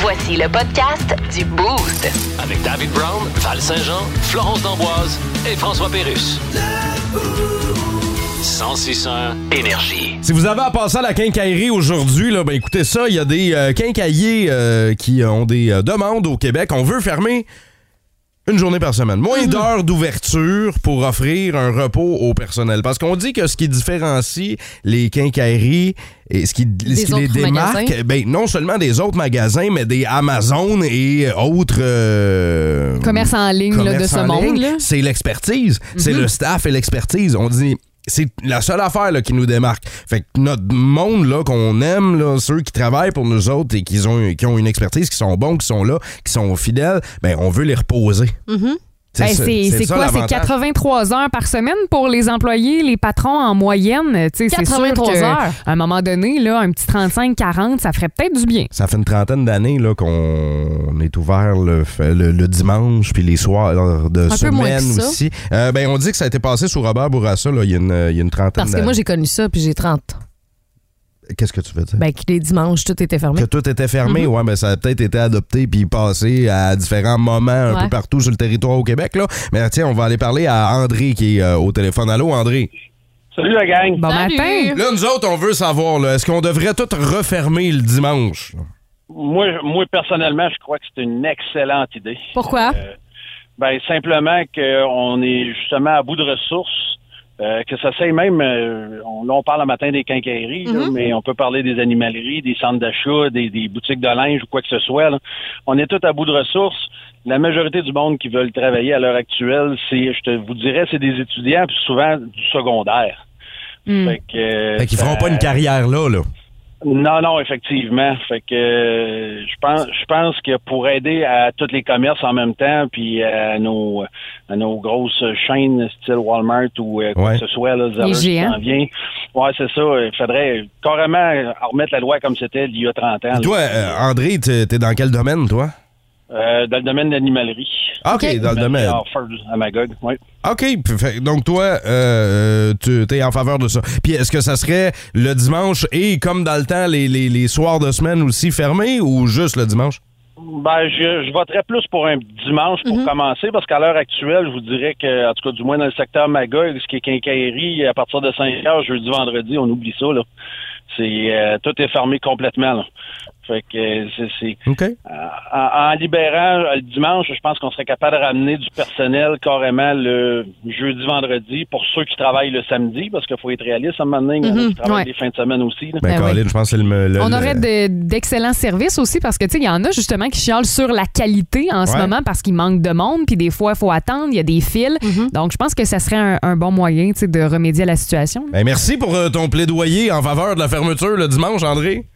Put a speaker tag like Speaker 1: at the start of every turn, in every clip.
Speaker 1: Voici le podcast du Boost.
Speaker 2: Avec David Brown, Val Saint-Jean, Florence D'Amboise et François Pérus. 1061 Énergie.
Speaker 3: Si vous avez à passer à la quincaillerie aujourd'hui, là, ben écoutez ça, il y a des euh, quincailliers euh, qui ont des euh, demandes au Québec. On veut fermer une journée par semaine. Moins
Speaker 4: Mhm.
Speaker 3: d'heures d'ouverture pour offrir un repos au personnel. Parce qu'on dit que ce qui différencie les quincailleries et ce qui, ce qui les
Speaker 4: autres
Speaker 3: démarque,
Speaker 4: magasins.
Speaker 3: ben, non seulement des autres magasins, mais des Amazon et autres... euh,
Speaker 4: Commerce en ligne là, de
Speaker 3: commerce
Speaker 4: ce
Speaker 3: en ligne,
Speaker 4: monde. là.
Speaker 3: C'est l'expertise. C'est le staff et l'expertise. On dit. C'est la seule affaire là, qui nous démarque. Fait que notre monde là qu'on aime, là, ceux qui travaillent pour nous autres et qui ont, qui ont une expertise, qui sont bons, qui sont là, qui sont fidèles, ben on veut les reposer.
Speaker 4: Ben,
Speaker 3: ça-
Speaker 4: c'est c'est
Speaker 3: ça,
Speaker 4: quoi? C'est
Speaker 3: l'avantage.
Speaker 4: 83 heures par semaine pour les employés, les patrons en moyenne. Tu sais, c'est sûr
Speaker 5: 83
Speaker 4: que,
Speaker 5: heures.
Speaker 4: À un moment donné, là, un petit 35-40, ça ferait peut-être du bien.
Speaker 3: Ça fait une trentaine d'années là, qu'on est ouvert le, le- le dimanche puis les soirs de
Speaker 5: peu moins que
Speaker 3: semaine
Speaker 5: ça.
Speaker 3: aussi. Euh, ben, on dit que ça a été passé sous Robert Bourassa là, il y a une, il y a une trentaine
Speaker 5: Parce que moi, j'ai connu ça, puis j'ai 30.
Speaker 3: Qu'est-ce que tu veux dire?
Speaker 5: Ben, que les dimanches, tout était fermé.
Speaker 3: Que tout était fermé, ouais, mais ça a peut-être été adopté puis passé à différents moments un
Speaker 5: Ouais.
Speaker 3: peu partout sur le territoire au Québec. Là. Mais tiens, on va aller parler à André qui est euh, au téléphone. Allô, André?
Speaker 6: Salut la gang.
Speaker 4: Bon
Speaker 5: Salut!
Speaker 4: matin!
Speaker 3: Là, nous autres, on veut savoir, là, est-ce qu'on devrait tout refermer le dimanche?
Speaker 6: Moi, moi personnellement, je crois que c'est une excellente idée.
Speaker 5: Pourquoi?
Speaker 3: Euh,
Speaker 6: Ben simplement qu'on est justement à bout de ressources. euh, que ça s'aille même, euh, on, là, on parle le matin des quincailleries, là, mais on peut parler des animaleries, des centres d'achat, des, des boutiques de linge ou quoi que ce soit. là. On est tout à bout de ressources. La majorité du monde qui veulent travailler à l'heure actuelle, c'est, je te vous dirais, c'est des étudiants, puis souvent du secondaire. Fait que, euh,
Speaker 3: Fait qu'ils feront
Speaker 6: ça-
Speaker 3: pas une carrière là, là.
Speaker 6: Non, non, effectivement. Fait que euh, je pense, je pense que pour aider à tous les commerces en même temps, puis à nos, à nos grosses chaînes style Walmart ou euh, quoi
Speaker 3: Ouais.
Speaker 6: que ce soit, là, Zara
Speaker 4: Les
Speaker 6: qui
Speaker 4: géants.
Speaker 6: s'en vient. Ouais, c'est ça. Il faudrait carrément euh, remettre la loi comme c'était il y a 30 ans. là.
Speaker 3: Toi, euh, André, t'es t'es dans quel domaine, toi?
Speaker 6: Euh, dans le domaine de l'animalerie.
Speaker 3: Ah, OK, dans le domaine.
Speaker 6: Alors, first, à Magog, ouais.
Speaker 3: OK, puis fait- donc toi, euh, tu es en faveur de ça. Puis est-ce que ça serait le dimanche et comme dans le temps, les, les- les soirs de semaine aussi fermés ou juste le dimanche?
Speaker 6: Ben, je, je voterais plus pour un dimanche
Speaker 4: Mhm.
Speaker 6: pour commencer, parce qu'à l'heure actuelle, je vous dirais que, en tout cas, du moins dans le secteur Magog, ce qui est quincaillerie, à partir de 5 heures, jeudi, vendredi, on oublie ça, là. C'est, euh, tout est fermé complètement, là. Fait que euh, c'est, c'est-
Speaker 3: OK.
Speaker 6: en, en libérant euh, le dimanche, je pense qu'on serait capable de ramener du personnel carrément le jeudi, vendredi pour ceux qui travaillent le samedi, parce qu'il faut être réaliste à un moment donné, il y en a qui
Speaker 4: Mhm,
Speaker 6: travaillent
Speaker 4: ouais.
Speaker 6: les fins de semaine aussi. là.
Speaker 3: Ben,
Speaker 4: Ben oui.
Speaker 3: Colin, je pense que c'est le, le-
Speaker 4: On
Speaker 3: le-
Speaker 4: aurait de- d'excellents services aussi parce que, tu sais, il y en a justement qui chialent sur la qualité en ce
Speaker 3: Ouais.
Speaker 4: moment parce qu'il manque de monde, puis des fois, il faut attendre, il y a des fils.
Speaker 5: Mm-hmm.
Speaker 4: Donc, je pense que ça serait un, un bon moyen, tu sais, de remédier à la situation.
Speaker 3: Ben, merci pour euh, ton plaidoyer en faveur de la fermeture le dimanche, André.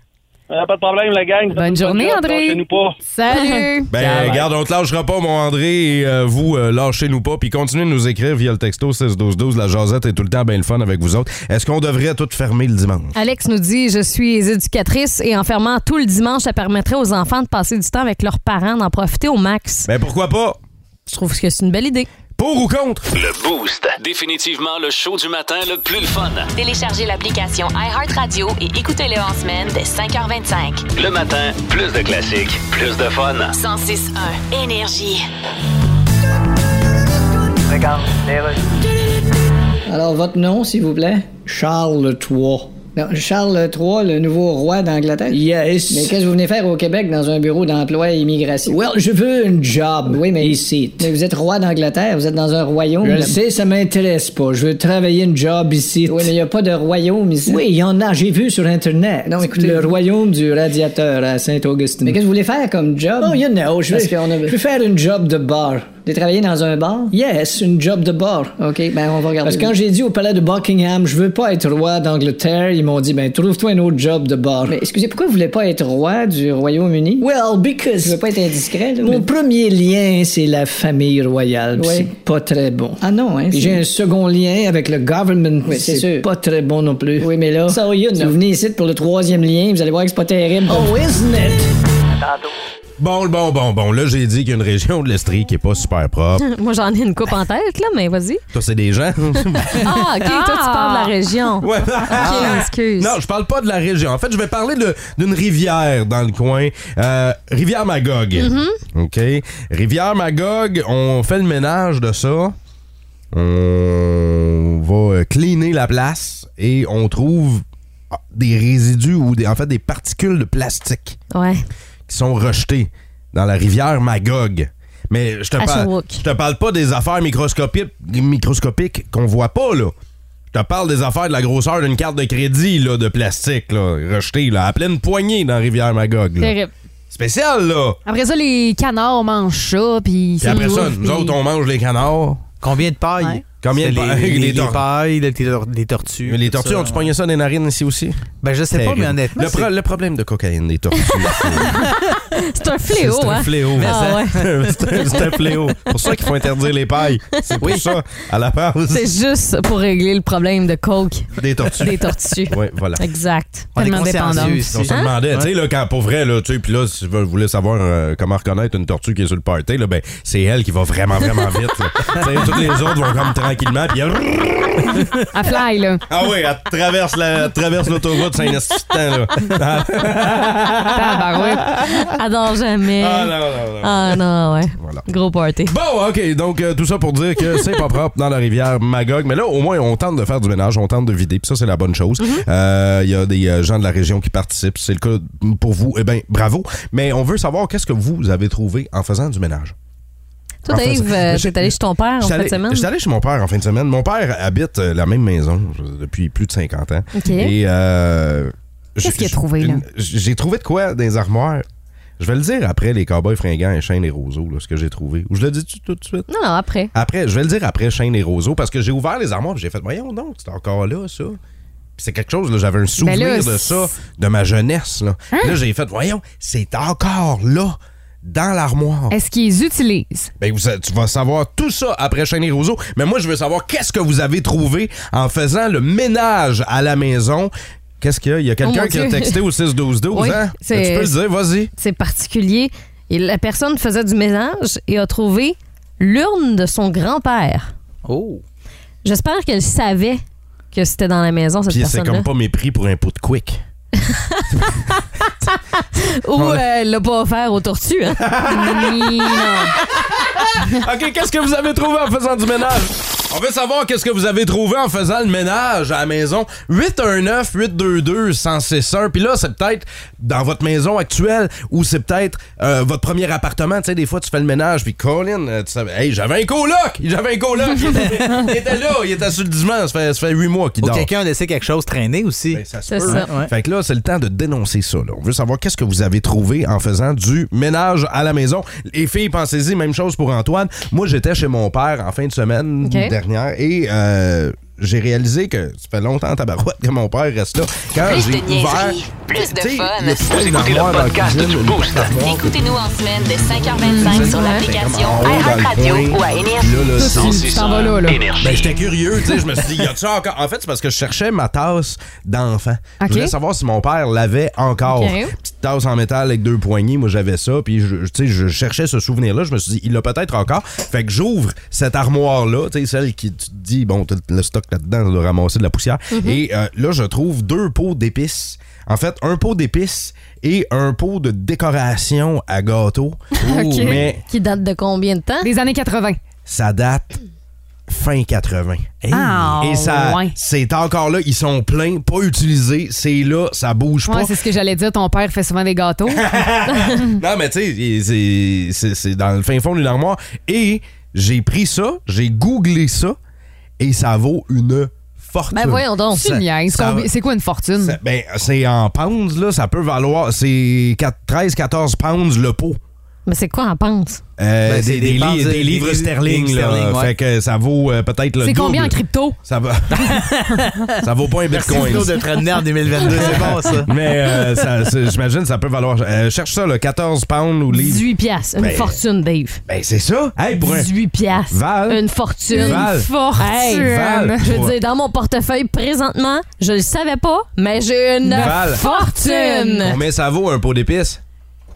Speaker 6: Ah, pas de problème, la gang.
Speaker 4: Bonne journée,
Speaker 6: job,
Speaker 4: André.
Speaker 6: lâchez-nous pas.
Speaker 5: Salut!
Speaker 3: Ben, garde, on te lâchera pas, mon André, et euh, vous, euh, lâchez-nous pas, puis continuez de nous écrire via le texto 6-12-12. La jasette est tout le temps bien le fun avec vous autres. Est-ce qu'on devrait tout fermer le dimanche?
Speaker 5: Alex nous dit Je suis éducatrice et en fermant tout le dimanche, ça permettrait aux enfants de passer du temps avec leurs parents, d'en profiter au max.
Speaker 3: Ben, pourquoi pas?
Speaker 5: Je trouve que c'est une belle idée.
Speaker 3: Pour ou contre?
Speaker 2: Le Boost. Définitivement le show du matin le plus le fun.
Speaker 1: Téléchargez l'application iHeartRadio et écoutez-le en semaine dès 5h25.
Speaker 2: Le matin, plus de classiques, plus de fun.
Speaker 1: 106.1 Énergie.
Speaker 7: Alors, votre nom, s'il vous plaît? Charles III. Non, Charles III, le nouveau roi d'Angleterre? Yes. Mais qu'est-ce que vous venez faire au Québec dans un bureau d'emploi et immigration? Well, je veux un job. Oui, mais. Ici. Mais vous êtes roi d'Angleterre, vous êtes dans un royaume. Je le sais, ça m'intéresse pas. Je veux travailler un job ici. Oui, mais il n'y a pas de royaume ici. Oui, il y en a, j'ai vu sur Internet. Non, écoutez. Le royaume du radiateur à Saint-Augustin. Mais qu'est-ce que vous voulez faire comme job? Oh, you know, je veux, je veux faire un job de bar. Vous travailler dans un bar? Yes, une job de bar. OK, ben on va regarder. Parce que quand j'ai dit au palais de Buckingham, je veux pas être roi d'Angleterre, ils m'ont dit, ben trouve-toi un autre job de bar. Mais excusez, pourquoi vous voulez pas être roi du Royaume-Uni? Well, because. Je veux pas être indiscret, Mon premier lien, c'est la famille royale. C'est pas très bon. Ah non, hein? J'ai un second lien avec le government. c'est sûr. Pas très bon non plus. Oui, mais là. vous venez ici pour le troisième lien, vous allez voir que c'est pas terrible. Oh, isn't it?
Speaker 3: Bon, bon, bon, bon. Là, j'ai dit qu'il y a une région de l'Estrie qui est pas super propre.
Speaker 5: Moi, j'en ai une coupe en tête, là, mais vas-y.
Speaker 3: Ça, c'est des gens.
Speaker 5: Ah, OK, toi, tu parles de la région.
Speaker 3: Ouais.
Speaker 5: OK, excuse.
Speaker 3: Non, je parle pas de la région. En fait, je vais parler de- d'une rivière dans le coin. Euh, rivière Magog. OK. Rivière Magog, on fait le ménage de ça. On va euh, cleaner la place et on trouve ah, des résidus ou des, en fait des particules de plastique
Speaker 5: Ouais.
Speaker 3: qui sont rejetées dans la rivière Magog. Mais je te,
Speaker 5: À
Speaker 3: parle,
Speaker 5: Sherbrooke.
Speaker 3: je te parle pas des affaires microscopiques, microscopiques qu'on voit pas, là. Je te parle des affaires de la grosseur d'une carte de crédit, là, de plastique, là, rejetée, là, à pleine poignée dans la rivière Magog, là.
Speaker 4: Terrible.
Speaker 3: Spécial, là.
Speaker 4: Après ça, les canards mangent ça, puis
Speaker 3: Puis
Speaker 4: c'est
Speaker 3: après ça,
Speaker 4: lourd,
Speaker 3: nous
Speaker 4: puis-
Speaker 3: autres, on mange les canards.
Speaker 8: Combien de pailles?
Speaker 4: Ouais.
Speaker 3: Combien
Speaker 8: C'est
Speaker 3: de pailles?
Speaker 8: Les,
Speaker 3: Les
Speaker 8: les- les
Speaker 3: tor-
Speaker 8: pailles, les, tor- les tortues.
Speaker 3: Mais les
Speaker 8: tout
Speaker 3: tortues,
Speaker 8: ça.
Speaker 3: ont-tu pogné ça dans les narines ici aussi?
Speaker 8: Ben, je sais
Speaker 3: Terrible.
Speaker 8: pas, mais honnêtement.
Speaker 3: Le, pro-
Speaker 8: c'est-
Speaker 3: le problème de cocaïne des tortues,
Speaker 5: C'est un
Speaker 3: c'est
Speaker 5: fléau,
Speaker 3: c'est un
Speaker 5: hein?
Speaker 3: fléau.
Speaker 5: Ah ouais.
Speaker 3: c'est un- c'est un fléau. C'est pour ça qu'il faut interdire les pailles. C'est pour ça, à la base,
Speaker 5: C'est juste pour régler le problème de coke
Speaker 3: des tortues.
Speaker 5: des Hein? tortues.
Speaker 3: Oui, voilà.
Speaker 5: Exact.
Speaker 8: on est
Speaker 4: tellement
Speaker 8: consciencieux
Speaker 4: dépendant.
Speaker 8: ici.
Speaker 3: On se demandait, tu sais, là, quand pour vrai, là, tu sais, puis là, si vous voulez savoir euh, comment reconnaître une tortue qui est sur le party, là, ben, c'est elle qui va vraiment, vraiment vite. là. Tu sais, toutes les autres vont comme tranquillement, puis elle-
Speaker 4: À fly, là.
Speaker 3: Ah oui, elle traverse la, elle traverse l'autoroute, c'est un esti de temps, là. Ah,
Speaker 4: Tabarouette.
Speaker 5: Adore jamais.
Speaker 3: ah, non, non, non.
Speaker 5: Ah non, ouais.
Speaker 3: Voilà.
Speaker 5: Gros party.
Speaker 3: Bon, OK, donc euh, tout ça pour dire que c'est pas propre dans la rivière Magog. Mais là, au moins, on tente de faire du ménage, on tente de vider, puis ça, c'est la bonne chose. Euh, Il y a des euh, gens de la région qui participent, c'est le cas pour vous. Eh bien, bravo. Mais on veut savoir qu'est-ce que vous avez trouvé en faisant du ménage.
Speaker 5: Toi,
Speaker 3: En fait,
Speaker 5: t'arrives,
Speaker 3: c'est-
Speaker 5: euh,
Speaker 3: je-
Speaker 5: t'es allé chez ton père en
Speaker 3: J'étais
Speaker 5: fin de
Speaker 3: allé-
Speaker 5: semaine?
Speaker 3: J'étais allé chez mon père en fin de semaine. Mon père habite euh, la même maison euh, depuis plus de 50 ans.
Speaker 5: OK.
Speaker 3: Et euh, j'ai-
Speaker 4: Qu'est-ce qu'il a trouvé,
Speaker 3: j'ai-
Speaker 4: là?
Speaker 3: J'ai trouvé de quoi dans les armoires. Je vais le dire après les cowboys fringants et chaînes et roseaux, là, ce que j'ai trouvé. Ou je le dis tout- tout de suite.
Speaker 5: Non, non, après.
Speaker 3: Après, je vais le dire après chaîne et roseaux parce que j'ai ouvert les armoires et j'ai fait voyons donc, c'est encore là ça. Puis C'est quelque chose, là, j'avais un
Speaker 5: Ben
Speaker 3: souvenir
Speaker 4: là,
Speaker 3: de
Speaker 4: c'est-
Speaker 3: ça, de ma jeunesse. Là,
Speaker 5: Hein?
Speaker 3: Puis là j'ai fait, voyons, c'est encore là, dans l'armoire.
Speaker 4: Est-ce qu'ils utilisent?
Speaker 3: Ben, vous- tu vas savoir tout ça après Chaîne et Roseau. Mais moi, je veux savoir qu'est-ce que vous avez trouvé en faisant le ménage à la maison. Qu'est-ce qu'il y a? Il y a
Speaker 5: Oh,
Speaker 3: quelqu'un
Speaker 5: mon
Speaker 3: qui a
Speaker 5: Dieu.
Speaker 3: texté au 6-12-12,
Speaker 5: Oui,
Speaker 3: hein? Tu
Speaker 5: c'est-
Speaker 3: peux le dire, vas-y.
Speaker 5: C'est particulier. Et la personne faisait du ménage et a trouvé l'urne de son grand-père.
Speaker 8: Oh.
Speaker 5: J'espère qu'elle savait que c'était dans la maison, cette
Speaker 3: Puis c'est
Speaker 5: personne-là.
Speaker 3: comme pas mépris pour un pot de quick.
Speaker 5: Ou euh, elle l'a pas offert aux tortues. Hein?
Speaker 3: OK, qu'est-ce que vous avez trouvé en faisant du ménage? On veut savoir qu'est-ce que vous avez trouvé en faisant le ménage à la maison. 819-822-1061. Puis là, c'est peut-être dans votre maison actuelle ou c'est peut-être euh, votre premier appartement. Tu sais, des fois, tu fais le ménage. Puis Colin, euh, tu savais, hey, j'avais un coloc! J'avais un coloc! Il était, il était là, il était sur le divan. Ça fait, ça fait 8 mois qu'il
Speaker 8: Ou
Speaker 3: dort.
Speaker 8: quelqu'un a laissé quelque chose traîner aussi.
Speaker 3: Ben, ça se
Speaker 5: C'est
Speaker 3: peut.
Speaker 5: ça.
Speaker 8: Ouais.
Speaker 3: Fait que là, c'est le temps de dénoncer ça. là. On veut savoir qu'est-ce que vous avez trouvé en faisant du ménage à la maison. Les filles, pensez-y, même chose pour Antoine. Moi, j'étais chez mon père en fin de semaine
Speaker 5: Ok.
Speaker 3: dernière et euh, j'ai réalisé que ça fait longtemps tabarouette que mon père reste là. Quand
Speaker 1: Plus de
Speaker 3: j'ai ouvert...
Speaker 1: niaiserie, plus de
Speaker 3: Tu sais,
Speaker 1: fun.
Speaker 3: il y a
Speaker 2: Vous
Speaker 3: une
Speaker 2: écoutez le
Speaker 3: armoire dans la
Speaker 2: podcast
Speaker 3: cuisine,
Speaker 2: du
Speaker 3: une
Speaker 2: Boost.
Speaker 3: armoire.
Speaker 1: Écoutez-nous en semaine de 5h25 sur l'application
Speaker 3: En haut, dans le
Speaker 1: iHeartRadio
Speaker 3: coin.
Speaker 1: ou à Énergie.
Speaker 3: Là, là,
Speaker 4: Tout de
Speaker 3: c'est-
Speaker 4: suite. tu t'en vas là, là.
Speaker 2: Énergie.
Speaker 3: Ben, j'étais curieux, tu sais, je me suis dit, y a ça encore? En fait, c'est parce que je cherchais ma tasse d'enfant.
Speaker 4: Ok.
Speaker 3: Je voulais savoir si mon père l'avait encore.
Speaker 5: Ok.
Speaker 3: Petite tasse en métal avec deux poignées, moi j'avais ça, puis je, tu sais, je cherchais ce souvenir-là, je me suis dit, il l'a peut-être encore. Fait que j'ouvre cette armoire-là, tu sais, celle qui, tu te dis, bon, t'as le stock là-dedans, ça doit ramasser de la poussière.
Speaker 4: Mhm.
Speaker 3: Et euh, là, je trouve deux pots d'épices. En fait, un pot d'épices et un pot de décoration à gâteau.
Speaker 4: Ok.
Speaker 3: Mais
Speaker 5: Qui date de combien de temps?
Speaker 4: Des années 80.
Speaker 3: ça date fin 80. Hey.
Speaker 4: Ah,
Speaker 3: Et ça,
Speaker 4: ouais.
Speaker 3: c'est encore là, ils sont pleins, pas utilisés, c'est là, ça bouge
Speaker 4: Ouais,
Speaker 3: pas.
Speaker 4: c'est ce que j'allais dire. Ton père fait souvent des gâteaux.
Speaker 3: non, mais tu sais, c'est- c'est- c'est dans le fin fond d'une armoire. Et j'ai pris ça, j'ai googlé ça, et ça vaut une fortune.
Speaker 5: Ben voyons donc.
Speaker 4: Tu me niaises.
Speaker 3: ça-
Speaker 4: Combien- C'est quoi une fortune?
Speaker 3: Ça- ben, c'est en pounds, là, ça peut valoir, c'est 13-14 pounds le pot.
Speaker 5: Mais c'est quoi, en pense?
Speaker 3: Euh,
Speaker 8: Ben, c'est
Speaker 3: des, des
Speaker 8: des
Speaker 3: li-
Speaker 8: pounds,
Speaker 3: des
Speaker 8: des
Speaker 3: livres
Speaker 8: livres
Speaker 3: sterling, là.
Speaker 8: sterling, ouais.
Speaker 3: Fait que ça vaut euh, peut-être le
Speaker 4: C'est
Speaker 3: double.
Speaker 4: combien en crypto?
Speaker 3: Ça va. ça vaut pas un bitcoin.
Speaker 8: Claude de te ramener en 2022, c'est bon ça.
Speaker 3: Mais euh, ça- ça- j'imagine ça peut valoir. euh, cherche ça, le 14 pounds ou livre.
Speaker 5: 18 piastres. Une
Speaker 3: Ben-
Speaker 5: fortune, Dave.
Speaker 3: Ben c'est ça. Hey, pour un-
Speaker 5: 18 piastres.
Speaker 3: Val.
Speaker 5: Une fortune.
Speaker 3: Val. Une
Speaker 5: fortune.
Speaker 3: Val.
Speaker 5: Je
Speaker 3: Pour-
Speaker 5: veux dire, dans mon portefeuille présentement, je le savais pas, mais j'ai une
Speaker 3: Val.
Speaker 5: fortune.
Speaker 3: Combien ça vaut un pot d'épices?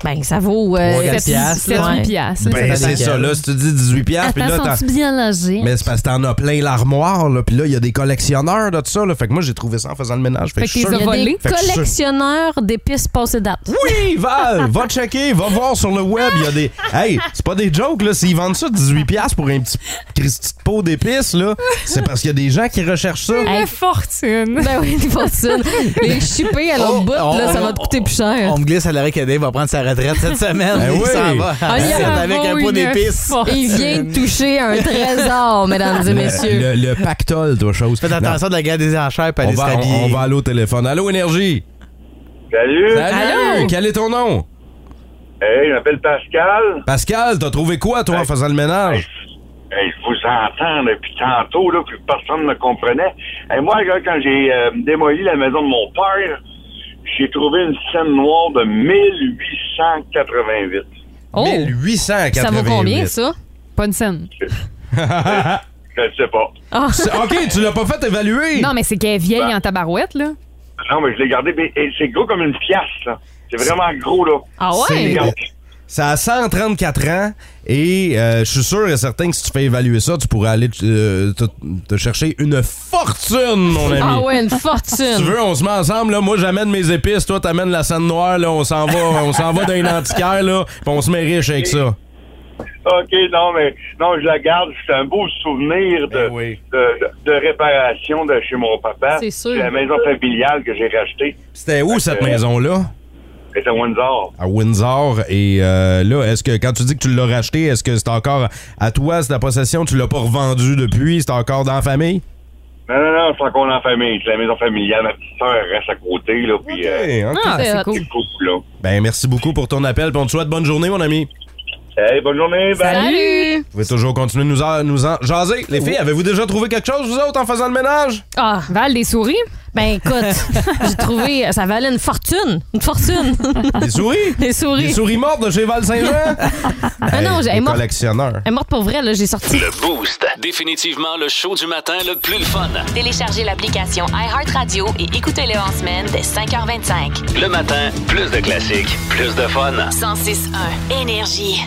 Speaker 5: Ben, ça vaut. euh,
Speaker 8: Trois, quatre
Speaker 5: sept-
Speaker 8: piastres,
Speaker 5: sept-
Speaker 8: là.
Speaker 5: huit
Speaker 8: Ouais.
Speaker 4: piastres.
Speaker 3: Ben,
Speaker 8: ça
Speaker 3: c'est
Speaker 8: dépend
Speaker 3: ça, là. Si tu dis 18$, piastres, Ah, puis là,
Speaker 5: Attends,
Speaker 3: t'en-
Speaker 5: sont-tu bien logés?
Speaker 3: Mais c'est parce que t'en as plein l'armoire, là. Puis là, il y a des collectionneurs de ça, là. Fait que moi, j'ai trouvé ça en faisant le ménage. Fait, que
Speaker 4: Fait
Speaker 3: je suis
Speaker 4: que
Speaker 3: sûr-
Speaker 5: Il y a
Speaker 4: Volé.
Speaker 5: des
Speaker 3: Fait que je suis sûr-
Speaker 5: collectionneurs d'épices passées date.
Speaker 3: Oui, Val, va checker, va voir sur le web, il y a des Hey, c'est pas des jokes là, s'ils vendent ça 18 pièces pour un petit Christi de pot d'épices là, c'est parce qu'il y a des gens qui recherchent ça.
Speaker 5: Hey,
Speaker 4: fortune.
Speaker 5: ben oui, une fortune. Les chipper à l'autre
Speaker 8: Oh,
Speaker 5: bout, là,
Speaker 8: on-
Speaker 5: ça va te coûter plus cher.
Speaker 8: On me glisse à l'arrêt que Dave va prendre sa retraite cette semaine.
Speaker 3: Ben
Speaker 8: Il
Speaker 3: oui.
Speaker 8: s'en va.
Speaker 5: Ah, il y a
Speaker 8: avec un pot d'épices.
Speaker 5: Il vient de toucher un trésor, mesdames et messieurs.
Speaker 3: le, le pactole, toi, chose.
Speaker 8: Faites attention de la guerre des enchères pour
Speaker 3: Non, on,
Speaker 8: aller se
Speaker 3: va,
Speaker 8: rhabiller.
Speaker 3: on- on va aller au téléphone. Allô, Énergie?
Speaker 9: Salut.
Speaker 3: Allô? Quel est ton nom?
Speaker 9: Hey, je m'appelle Pascal.
Speaker 3: Pascal, t'as trouvé quoi, toi, en faisant le ménage?
Speaker 9: Hey, je vous entends depuis tantôt, là, puis personne ne me comprenait. Hey, moi, là, quand j'ai euh, démoli la maison de mon père, j'ai trouvé une scène noire de 1888.
Speaker 4: Oh,
Speaker 3: 1888.
Speaker 5: Ça vaut combien, ça?
Speaker 4: pas une scène.
Speaker 9: Je ne sais pas.
Speaker 5: ah,
Speaker 3: C'est- OK, tu l'as pas fait évaluer.
Speaker 4: Non, mais c'est qu'elle est vieille
Speaker 9: Ben.
Speaker 4: en tabarouette, là.
Speaker 9: Non, mais je l'ai gardé, mais et c'est gros comme une pièce, là. C'est vraiment gros, là.
Speaker 4: Ah
Speaker 9: Je l'ai
Speaker 4: ouais?
Speaker 9: gardé.
Speaker 3: Ça a 134 ans et euh, je suis sûr et certain que si tu fais évaluer ça, tu pourrais aller euh, te, te chercher une fortune, mon ami.
Speaker 5: Ah ouais, une
Speaker 3: Tu
Speaker 5: fortune.
Speaker 3: veux, on se met ensemble, là. Moi, j'amène mes épices, toi, t'amènes la scène noire, là. On s'en va, on s'en va dans une antiquaire, là. Puis on se met riche avec ça.
Speaker 9: OK, non, mais non, je la garde. C'est un beau souvenir de,
Speaker 3: Ben oui.
Speaker 9: de, de- de réparation de chez mon papa.
Speaker 5: C'est sûr.
Speaker 9: La maison familiale que j'ai rachetée.
Speaker 3: C'était où, cette
Speaker 9: que-
Speaker 3: maison-là?
Speaker 9: C'est à Windsor.
Speaker 3: À Windsor. Et euh, là, est-ce que, quand tu dis que tu l'as racheté, est-ce que c'est encore à toi, c'est ta possession? Tu l'as pas revendu depuis? C'est encore dans la famille?
Speaker 9: Non, non, non, c'est encore en famille. C'est la maison familiale. Ma petite soeur reste à côté, là, puis euh,
Speaker 3: Eh, hein?
Speaker 4: Ah, c'est cool.
Speaker 9: c'est cool, là.
Speaker 3: Ben, merci beaucoup pour ton appel. Puis on te souhaite bonne journée, mon ami.
Speaker 9: Hey, bonne journée. bye.
Speaker 5: Salut!
Speaker 3: Vous pouvez toujours continuer de nous en, nous en jaser. Les filles, avez-vous déjà trouvé quelque chose, vous autres, en faisant le ménage?
Speaker 5: Ah,
Speaker 4: Val des souris?
Speaker 5: ben écoute, j'ai trouvé, ça valait une fortune. Une fortune.
Speaker 3: Des souris?
Speaker 5: Ah. Des
Speaker 3: Des
Speaker 5: souris.
Speaker 3: souris mortes de chez Val-Saint-Jean?
Speaker 5: Ah non,
Speaker 3: Hey,
Speaker 5: j'ai- elle est
Speaker 3: les
Speaker 5: morte-
Speaker 3: collectionneurs.
Speaker 5: elle est morte pour vrai, là, j'ai sorti.
Speaker 2: Le Boost. Définitivement le show du matin le plus le fun.
Speaker 1: Téléchargez l'application iHeartRadio et écoutez-le en semaine dès 5h25.
Speaker 2: Le matin, plus de classiques, plus de fun.
Speaker 1: 106.1 Énergie.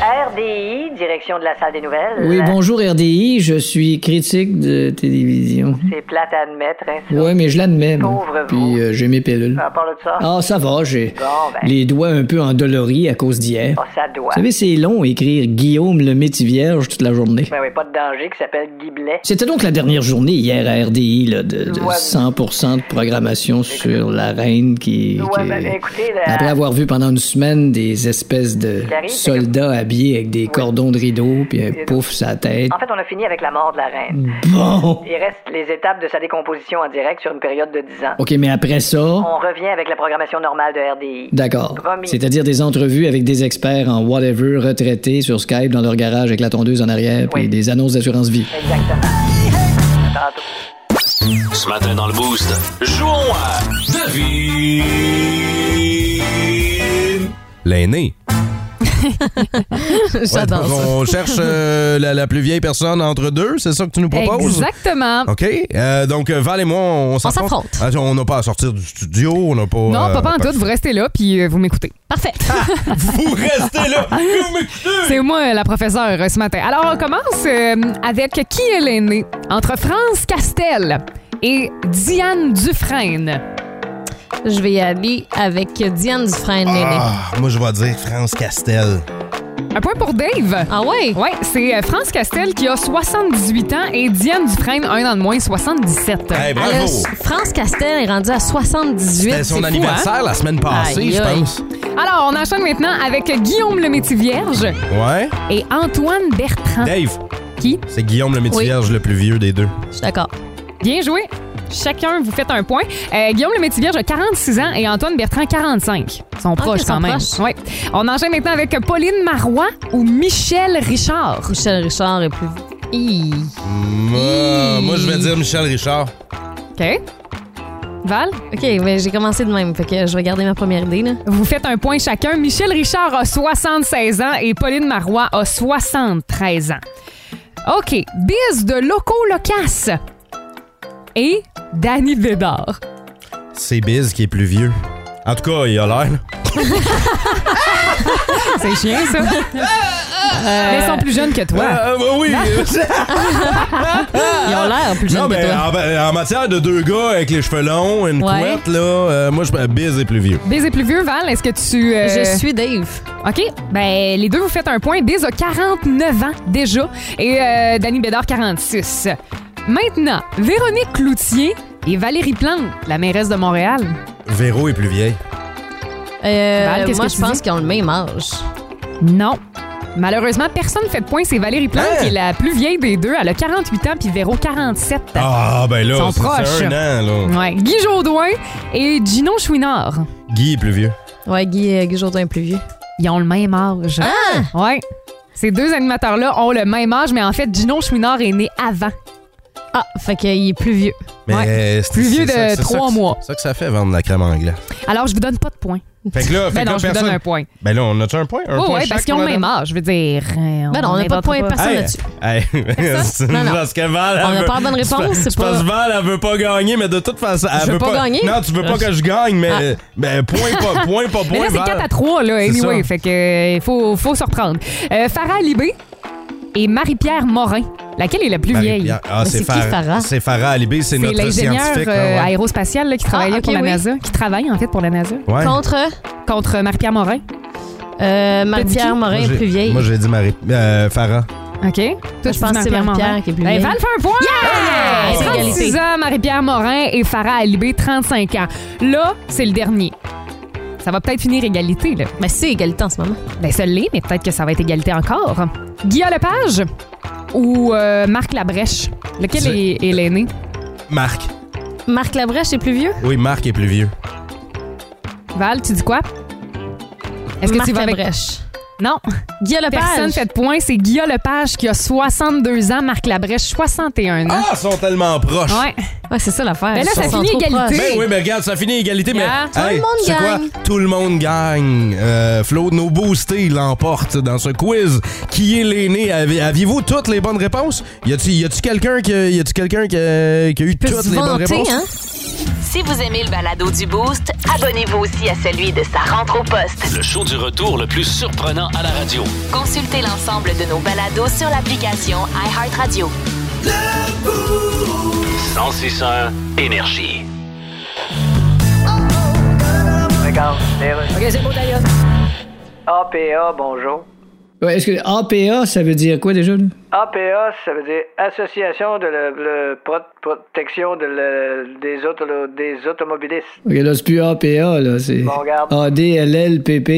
Speaker 10: RDI, direction de la salle des nouvelles.
Speaker 7: Oui, bonjour RDI, je suis critique de télévision.
Speaker 10: C'est plate à admettre, hein. ça.
Speaker 7: Ouais, mais je l'admets. moi.
Speaker 10: Pauvre vous.
Speaker 7: Puis euh, j'ai mes pilules.
Speaker 10: À part de ça,
Speaker 7: Ah, ça va, j'ai
Speaker 10: Bon, ben.
Speaker 7: les doigts un peu endoloris à cause d'hier.
Speaker 10: oh, ça doit.
Speaker 7: Vous savez, c'est long écrire Guillaume le métier vierge toute la journée.
Speaker 10: Ben oui, pas de danger qui s'appelle Guy Blais.
Speaker 7: C'était donc la dernière journée hier à RDI là, de, de
Speaker 10: Ouais.
Speaker 7: 100% de programmation sur la reine qui,
Speaker 10: Ouais,
Speaker 7: qui-
Speaker 10: ben, écoutez, là-
Speaker 7: après avoir vu pendant une semaine des espèces de
Speaker 10: Qui arrive, c'est que-
Speaker 7: soldats habillés avec des cordons de rideau puis un
Speaker 10: Et-
Speaker 7: pouf sa tête.
Speaker 10: En fait, on a fini avec la mort de la reine.
Speaker 7: Bon.
Speaker 10: Il reste les étapes de sa décomposition en direct sur une période de 10 ans.
Speaker 7: Ok, mais après ça,
Speaker 10: On revient avec la programmation normale de RDI.
Speaker 7: d'accord.
Speaker 10: Promis.
Speaker 7: C'est-à-dire des entrevues avec des experts en whatever retraités sur Skype dans leur garage avec la tondeuse en arrière puis
Speaker 10: Oui.
Speaker 7: des annonces d'assurance vie.
Speaker 10: Exactement. Tantôt.
Speaker 2: Ce matin dans le Boost, jouons à Devine.
Speaker 3: L'aîné.
Speaker 5: J'adore ça.
Speaker 3: on cherche euh, la, la plus vieille personne entre deux, c'est ça que tu nous proposes?
Speaker 4: Exactement.
Speaker 3: OK. euh, donc, euh, Val et moi, on s'affronte.
Speaker 5: s'affronte.
Speaker 3: Ah, on n'a pas à sortir du studio, on n'a pas.
Speaker 4: Non,
Speaker 3: euh,
Speaker 4: pas, pas en tout. Vous restez là, puis euh, vous m'écoutez.
Speaker 5: Parfait.
Speaker 3: Vous restez là! Vous m'écoutez!
Speaker 4: C'est moi, euh, la professeure, euh, ce matin. Alors, on commence euh, avec qui est l'aîné? Entre France Castel et Diane Dufresne.
Speaker 5: Je vais y aller avec Diane Dufresne, l'aînée.
Speaker 3: Ah, moi, je vais dire France Castel.
Speaker 5: Euh,
Speaker 4: Un point pour Dave.
Speaker 5: Ah ouais?
Speaker 4: Oui, c'est euh, France Castel qui a 78 ans et Diane Dufresne, un an de moins, 77.
Speaker 3: Hey,
Speaker 5: Elle a-
Speaker 3: bravo!
Speaker 5: France Castel est rendue à 78.
Speaker 3: C'était son
Speaker 5: c'est fou,
Speaker 3: anniversaire
Speaker 5: hein?
Speaker 3: la semaine passée,
Speaker 5: Aïe,
Speaker 3: je
Speaker 5: aïe.
Speaker 3: pense.
Speaker 4: Alors, on enchaîne maintenant avec Guillaume le métier vierge
Speaker 3: Ouais.
Speaker 4: et Antoine Bertrand.
Speaker 3: Dave.
Speaker 4: Qui?
Speaker 3: C'est Guillaume le
Speaker 5: Ah. Oui.
Speaker 3: métier le plus vieux des deux.
Speaker 5: Je suis d'accord.
Speaker 4: Bien joué. Chacun, vous faites un point. Euh, Guillaume le métier vierge a 46 ans et Antoine Bertrand 45. Ils sont proches
Speaker 5: Ah, ils sont
Speaker 4: quand même.
Speaker 5: proches.
Speaker 4: Ouais. On enchaîne maintenant avec Pauline Marois ou Michel Richard.
Speaker 5: Michel Richard est plus. Hi.
Speaker 3: Moi, moi, je vais dire Michel Richard.
Speaker 4: OK. Val,
Speaker 5: OK, mais j'ai commencé de même, fait que je vais garder ma première idée. Là.
Speaker 4: vous faites un point chacun. Michel Richard a 76 ans et Pauline Marois a 73 ans. OK. Biz de Loco Locasse et Danny Bédard.
Speaker 3: C'est Biz qui est plus vieux. En tout cas, il a l'air. là.
Speaker 4: C'est chiant, ça.
Speaker 5: Euh,
Speaker 4: Mais ils sont plus jeunes que toi.
Speaker 3: Ah, ah, bah oui.
Speaker 5: Ils ont l'air plus
Speaker 3: Non,
Speaker 5: jeunes
Speaker 3: mais
Speaker 5: que toi.
Speaker 3: en, en matière de deux gars avec les cheveux longs, une
Speaker 5: Ouais.
Speaker 3: couette, là, euh, moi, je, Biz est plus vieux.
Speaker 4: Biz est plus vieux, Val. Est-ce que tu. euh,
Speaker 5: Je suis Dave.
Speaker 4: OK. Ben, les deux, vous faites un point. Biz a 49 ans déjà et euh, Danny Bédard, 46. Maintenant, Véronique Cloutier et Valérie Plante, la mairesse de Montréal.
Speaker 3: Véro est plus vieille.
Speaker 5: Euh,
Speaker 4: Val, qu'est-ce
Speaker 5: moi,
Speaker 4: que
Speaker 5: je
Speaker 4: tu
Speaker 5: pense
Speaker 4: dis?
Speaker 5: qu'ils ont le même âge.
Speaker 4: Non. Malheureusement, personne ne fait de point. C'est Valérie Plante
Speaker 3: Hein?
Speaker 4: qui est la plus vieille des deux. Elle a 48 ans, puis Véro, 47 ans.
Speaker 3: Ah, ben
Speaker 4: Ils
Speaker 3: là,
Speaker 4: sont
Speaker 3: c'est c'est un
Speaker 4: proches. Mm.
Speaker 3: an, là.
Speaker 4: Ouais. Guy Jodoin et Gino Chouinard.
Speaker 3: Guy est plus vieux.
Speaker 5: Ouais, Guy, euh, Guy Jourdain est plus vieux.
Speaker 4: Ils ont le même âge. Ah! Ouais. Ces deux animateurs-là ont le même âge, mais en fait, Gino Chouinard est né avant.
Speaker 5: Ah, fait qu'il est plus vieux.
Speaker 3: Mais
Speaker 4: Ouais.
Speaker 3: euh, c'est-
Speaker 4: Plus vieux
Speaker 3: c'est ça-
Speaker 4: de
Speaker 3: c'est ça
Speaker 4: trois
Speaker 3: que-
Speaker 4: mois.
Speaker 3: C'est ça que ça fait vendre la crème anglaise.
Speaker 4: Alors, je vous donne pas de points.
Speaker 3: Fait que là, fait
Speaker 4: Ben
Speaker 3: que
Speaker 4: non,
Speaker 3: là,
Speaker 4: je vous donne
Speaker 3: personne-
Speaker 4: un point.
Speaker 3: Ben là, on a-tu un point? Un
Speaker 4: Oui,
Speaker 3: point
Speaker 4: ouais,
Speaker 3: chaque
Speaker 4: parce qu'ils
Speaker 3: pour
Speaker 4: ont le
Speaker 3: la
Speaker 4: même âge, je veux dire. euh,
Speaker 5: Ben non, on n'a pas de point
Speaker 4: personne.
Speaker 5: personne
Speaker 3: Hey,
Speaker 5: là-dessus.
Speaker 3: hey, c'est-
Speaker 5: Non, non.
Speaker 3: Parce que Val, elle
Speaker 5: On n'a
Speaker 3: veut-
Speaker 5: pas la bonne réponse,
Speaker 3: Parce
Speaker 5: c'est pas-
Speaker 3: que Val, elle veut pas gagner, mais de toute façon, elle
Speaker 5: Je veux
Speaker 3: veut
Speaker 5: pas gagner.
Speaker 3: Non, tu veux pas que je gagne, mais ben, point, pas point, pas point.
Speaker 4: Ah. Mais là, c'est
Speaker 3: Val.
Speaker 4: 4 à 3, là,
Speaker 3: C'est
Speaker 4: anyway.
Speaker 3: ça.
Speaker 4: Fait que euh, il faut, faut se reprendre. Euh, Farah Libé et Marie-Pierre Morin. Laquelle est la plus
Speaker 3: Marie-Pierre.
Speaker 4: vieille?
Speaker 3: Ah,
Speaker 5: Mais c'est
Speaker 3: c'est
Speaker 5: qui,
Speaker 3: Farah.
Speaker 5: Farah?
Speaker 3: C'est Farah Alibé, c'est
Speaker 4: C'est
Speaker 3: notre
Speaker 4: l'ingénieur
Speaker 3: scientifique. là,
Speaker 4: euh,
Speaker 3: ouais.
Speaker 4: aérospatial là, qui travaillait
Speaker 5: Ah, ok,
Speaker 4: pour la
Speaker 5: oui.
Speaker 4: NASA, qui travaille en fait pour la NASA,
Speaker 3: Ouais.
Speaker 5: Contre
Speaker 4: contre Marie-Pierre Morin.
Speaker 5: euh, Marie-Pierre Morin
Speaker 3: Moi,
Speaker 5: est
Speaker 3: j'ai-
Speaker 5: plus vieille.
Speaker 3: Moi, j'ai dit Marie. euh, Farah.
Speaker 4: OK? Toi, tu
Speaker 5: je pense
Speaker 4: dis
Speaker 5: que c'est
Speaker 4: Marie-Pierre
Speaker 5: Marie-Pierre
Speaker 4: Morin.
Speaker 5: qui est plus
Speaker 4: Ben,
Speaker 5: vieille.
Speaker 4: Val fait un point!
Speaker 5: Yeah! C'est
Speaker 4: 36
Speaker 5: égalité.
Speaker 4: ans, Marie-Pierre Morin et Farah Alibé, 35 ans. Là, c'est le dernier. Ça va peut-être finir égalité, là.
Speaker 5: Ben, c'est égalité en ce moment.
Speaker 4: Ben, ça l'est, mais peut-être que ça va être égalité encore. Guillaume Lepage ou euh, Marc Labrèche? Lequel
Speaker 3: C'est-
Speaker 4: est, est l'aîné?
Speaker 3: Marc.
Speaker 5: Marc Labrèche est plus vieux?
Speaker 3: Oui, Marc est plus vieux.
Speaker 4: Val, tu dis quoi? Est-ce que
Speaker 5: Marc
Speaker 4: tu vas avec-
Speaker 5: Labrèche.
Speaker 4: Non,
Speaker 5: Guy Lepage.
Speaker 4: personne fait de point. C'est Guillaume Lepage qui a 62 ans, Marc Labrèche 61 ans.
Speaker 3: Ah, ils sont tellement
Speaker 5: Oh!
Speaker 3: proches.
Speaker 4: Ouais.
Speaker 5: Ouais, c'est ça l'affaire.
Speaker 4: Ben là,
Speaker 5: Ils
Speaker 4: ça
Speaker 5: sont
Speaker 4: finit
Speaker 5: trop
Speaker 4: égalité.
Speaker 5: proches.
Speaker 3: Ben oui, mais regarde, ça finit égalité,
Speaker 4: Yeah.
Speaker 3: mais.
Speaker 4: Tout
Speaker 5: le monde
Speaker 3: c'est quoi?
Speaker 5: gagne.
Speaker 3: Tout le monde gagne. Euh, Flo, nos boostés l'emportent dans ce quiz. Qui est l'aîné? Avez- Aviez-vous toutes les bonnes réponses? Y a-tu y a-tu quelqu'un qui, a- y a-tu quelqu'un qui, a- qui a eu
Speaker 5: Peut
Speaker 3: toutes
Speaker 5: se
Speaker 3: les bonnes
Speaker 5: vanter,
Speaker 3: réponses?
Speaker 5: hein?
Speaker 1: Si vous aimez le balado du Boost, abonnez-vous aussi à celui de sa rentre au poste.
Speaker 2: Le show du retour le plus surprenant à la radio.
Speaker 1: Consultez l'ensemble de nos balados sur l'application iHeartRadio.
Speaker 2: 1061 Énergie.
Speaker 10: OK, c'est bon, d'ailleurs. APA, bonjour.
Speaker 7: Ouais, est-ce que APA, ça veut dire quoi déjà? là?
Speaker 10: APA, ça veut dire Association de la le pro- protection de le- des, auto- des automobilistes.
Speaker 7: Ok, là, c'est plus APA, là, c'est
Speaker 10: Bon, regarde.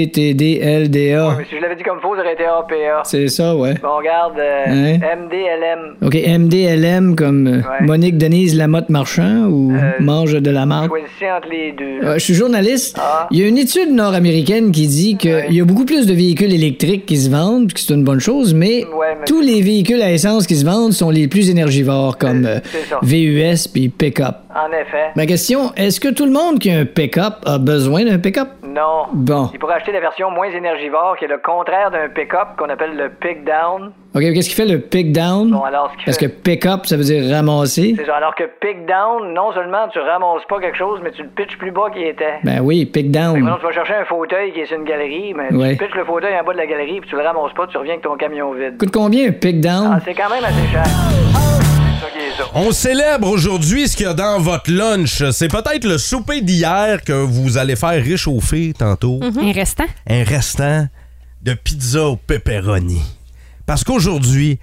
Speaker 7: A-D-L-L-P-P-T-D-L-D-A.
Speaker 10: Mais si je l'avais dit comme faux, ça aurait été APA.
Speaker 7: C'est ça, ouais.
Speaker 10: Bon, regarde, euh,
Speaker 7: Hein?
Speaker 10: MDLM.
Speaker 7: OK, MDLM comme euh,
Speaker 10: Ouais.
Speaker 7: Monique Denise Lamotte Marchand ou
Speaker 10: Euh,
Speaker 7: Mange de la marque?
Speaker 10: Choisissez entre les deux.
Speaker 7: Euh, je suis journaliste.
Speaker 10: Ah.
Speaker 7: Il y a une étude nord-américaine qui dit qu'il
Speaker 10: Ouais.
Speaker 7: y a beaucoup plus de véhicules électriques qui se vendent, puis que c'est une bonne chose, mais,
Speaker 10: Ouais, mais-
Speaker 7: tous les véhicules à essence qui se vendent sont les plus énergivores, comme
Speaker 10: Euh,
Speaker 7: euh,
Speaker 10: c'est ça.
Speaker 7: VUS puis pick-up.
Speaker 10: En effet.
Speaker 7: Ma question, est-ce que tout le monde qui a un pick-up a besoin d'un pick-up?
Speaker 10: Non.
Speaker 7: Bon.
Speaker 10: Il pourrait acheter la version moins énergivore, qui est le contraire d'un pick-up qu'on appelle le pick-down.
Speaker 7: OK, qu'est-ce qui fait le pick-down?
Speaker 10: Bon, alors, ce qui
Speaker 7: Hmm. Parce que
Speaker 10: fait-
Speaker 7: pick-up, ça veut dire ramasser.
Speaker 10: C'est ça. Alors que pick-down, non seulement tu ramasses pas quelque chose, mais tu le pitches plus bas qu'il était.
Speaker 7: Ben oui,
Speaker 10: Fait que
Speaker 7: pick-down.
Speaker 10: maintenant, tu vas chercher un fauteuil qui est sur une galerie, mais
Speaker 7: Ouais.
Speaker 10: tu pitches le fauteuil en bas de la galerie, puis tu le ramasses pas, tu reviens avec ton camion vide.
Speaker 7: Coûte combien un
Speaker 10: Ah,
Speaker 7: pick-down?
Speaker 10: c'est quand même assez cher. C'est ça qui est ça.
Speaker 3: On célèbre aujourd'hui ce qu'il y a dans votre lunch. C'est peut-être le souper d'hier que vous allez faire réchauffer tantôt.
Speaker 5: Mm-hmm. Mhm.
Speaker 4: Un restant.
Speaker 3: Un restant de pizza au pepperoni. Parce qu'aujourd'hui,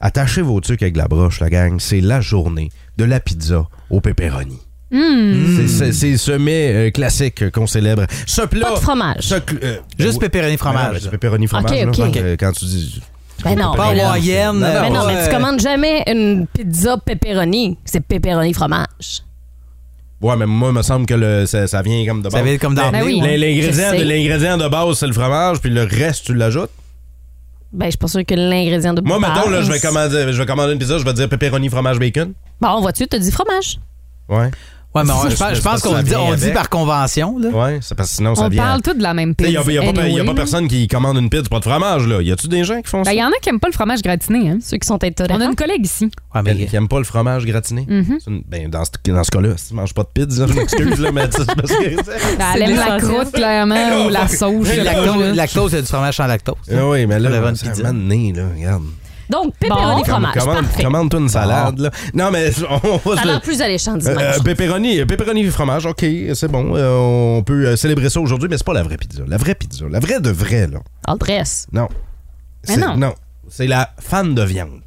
Speaker 3: attachez vos trucs avec la broche, la gang. C'est la journée de la pizza au pepperoni.
Speaker 5: Mmh.
Speaker 3: C'est- C'est c'est ce mets euh, classique qu'on célèbre. Ce plat.
Speaker 5: Pas de fromage.
Speaker 3: ce cl- euh,
Speaker 8: Juste
Speaker 3: oui.
Speaker 8: pepperoni
Speaker 3: Ah, ben,
Speaker 8: fromage.
Speaker 3: c'est pepperoni fromage.
Speaker 5: Ok,
Speaker 3: là.
Speaker 5: ok.
Speaker 3: Donc, euh, quand tu dis.
Speaker 5: Ben non,
Speaker 3: hein?
Speaker 8: Pas
Speaker 5: ben là.
Speaker 8: moyenne.
Speaker 3: Non, non,
Speaker 5: Ben non,
Speaker 8: pas,
Speaker 5: mais tu
Speaker 8: euh,
Speaker 5: commandes jamais une pizza pepperoni. C'est pepperoni fromage.
Speaker 3: Ouais, mais moi, il me semble que le, ça, ça vient comme de base.
Speaker 8: Ça vient comme dans
Speaker 4: Ben oui.
Speaker 3: L'in- L'ingrédient
Speaker 5: Je
Speaker 3: de,
Speaker 5: sais.
Speaker 3: l'ingrédient de base, c'est le fromage, puis le reste, tu l'ajoutes.
Speaker 5: Ben, je suis pas sûre que l'ingrédient de
Speaker 3: Moi,
Speaker 5: base-
Speaker 3: mettons, là, je vais commander, je vais commander une pizza, je vais dire pepperoni, fromage, bacon.
Speaker 5: Bon, vois-tu, t'as dit fromage.
Speaker 3: Ouais.
Speaker 8: Ouais, mais on- je
Speaker 3: C'est-
Speaker 8: pense, je pense
Speaker 3: parce que
Speaker 8: qu'on
Speaker 3: ça
Speaker 8: dit,
Speaker 3: vient
Speaker 8: on dit
Speaker 3: avec.
Speaker 8: par convention. Là.
Speaker 3: Ouais, c'est parce que sinon, ça
Speaker 4: On
Speaker 3: vient.
Speaker 4: parle tous de la même
Speaker 3: Il
Speaker 4: pizza.
Speaker 3: n'y a, y a pas, y a pas
Speaker 4: anyway, là.
Speaker 3: personne qui commande une pizza, pas de fromage, là. Y a-tu des gens qui font
Speaker 4: Ben,
Speaker 3: ça?
Speaker 4: il y en a qui aiment pas le fromage gratiné. Hein.
Speaker 5: Ceux qui sont intolérants.
Speaker 4: On a une collègue ici.
Speaker 8: Ouais, mais-
Speaker 3: Qui n'aiment pas le fromage gratiné?
Speaker 4: Mhm.
Speaker 3: C'est une- Ben, dans ce, dans ce cas-là, si tu manges pas de pizza, je m'excuse, là, mais tu- c'est parce que-
Speaker 4: Ben, elle aime la
Speaker 5: l'essentiel.
Speaker 4: croûte, clairement, ou la sauce.
Speaker 8: Puis
Speaker 4: je sais pas,
Speaker 8: lactose,
Speaker 4: là.
Speaker 8: lactose, c'est du fromage sans lactose.
Speaker 3: Ah oui, mais
Speaker 8: Ça lève
Speaker 3: là,
Speaker 8: une
Speaker 3: c'est
Speaker 8: pizza.
Speaker 3: un moment donné, là, regarde.
Speaker 5: Donc, pepperoni
Speaker 4: Bon.
Speaker 5: fromage.
Speaker 3: commande,
Speaker 5: parfait.
Speaker 3: commande-toi
Speaker 4: Ah.
Speaker 3: une salade, là. Non, mais on va
Speaker 5: Ça
Speaker 3: se
Speaker 5: a
Speaker 3: le-
Speaker 5: l'air plus alléchant dimanche.
Speaker 3: Euh, pepperoni, pepperoni fromage, ok, c'est bon. Euh, on peut euh, célébrer ça aujourd'hui, mais c'est pas la vraie pizza. La vraie pizza, la vraie de vraie, là.
Speaker 5: All dress.
Speaker 3: Non.
Speaker 4: Mais
Speaker 3: C'est-
Speaker 4: non.
Speaker 3: C'est la fan de viande.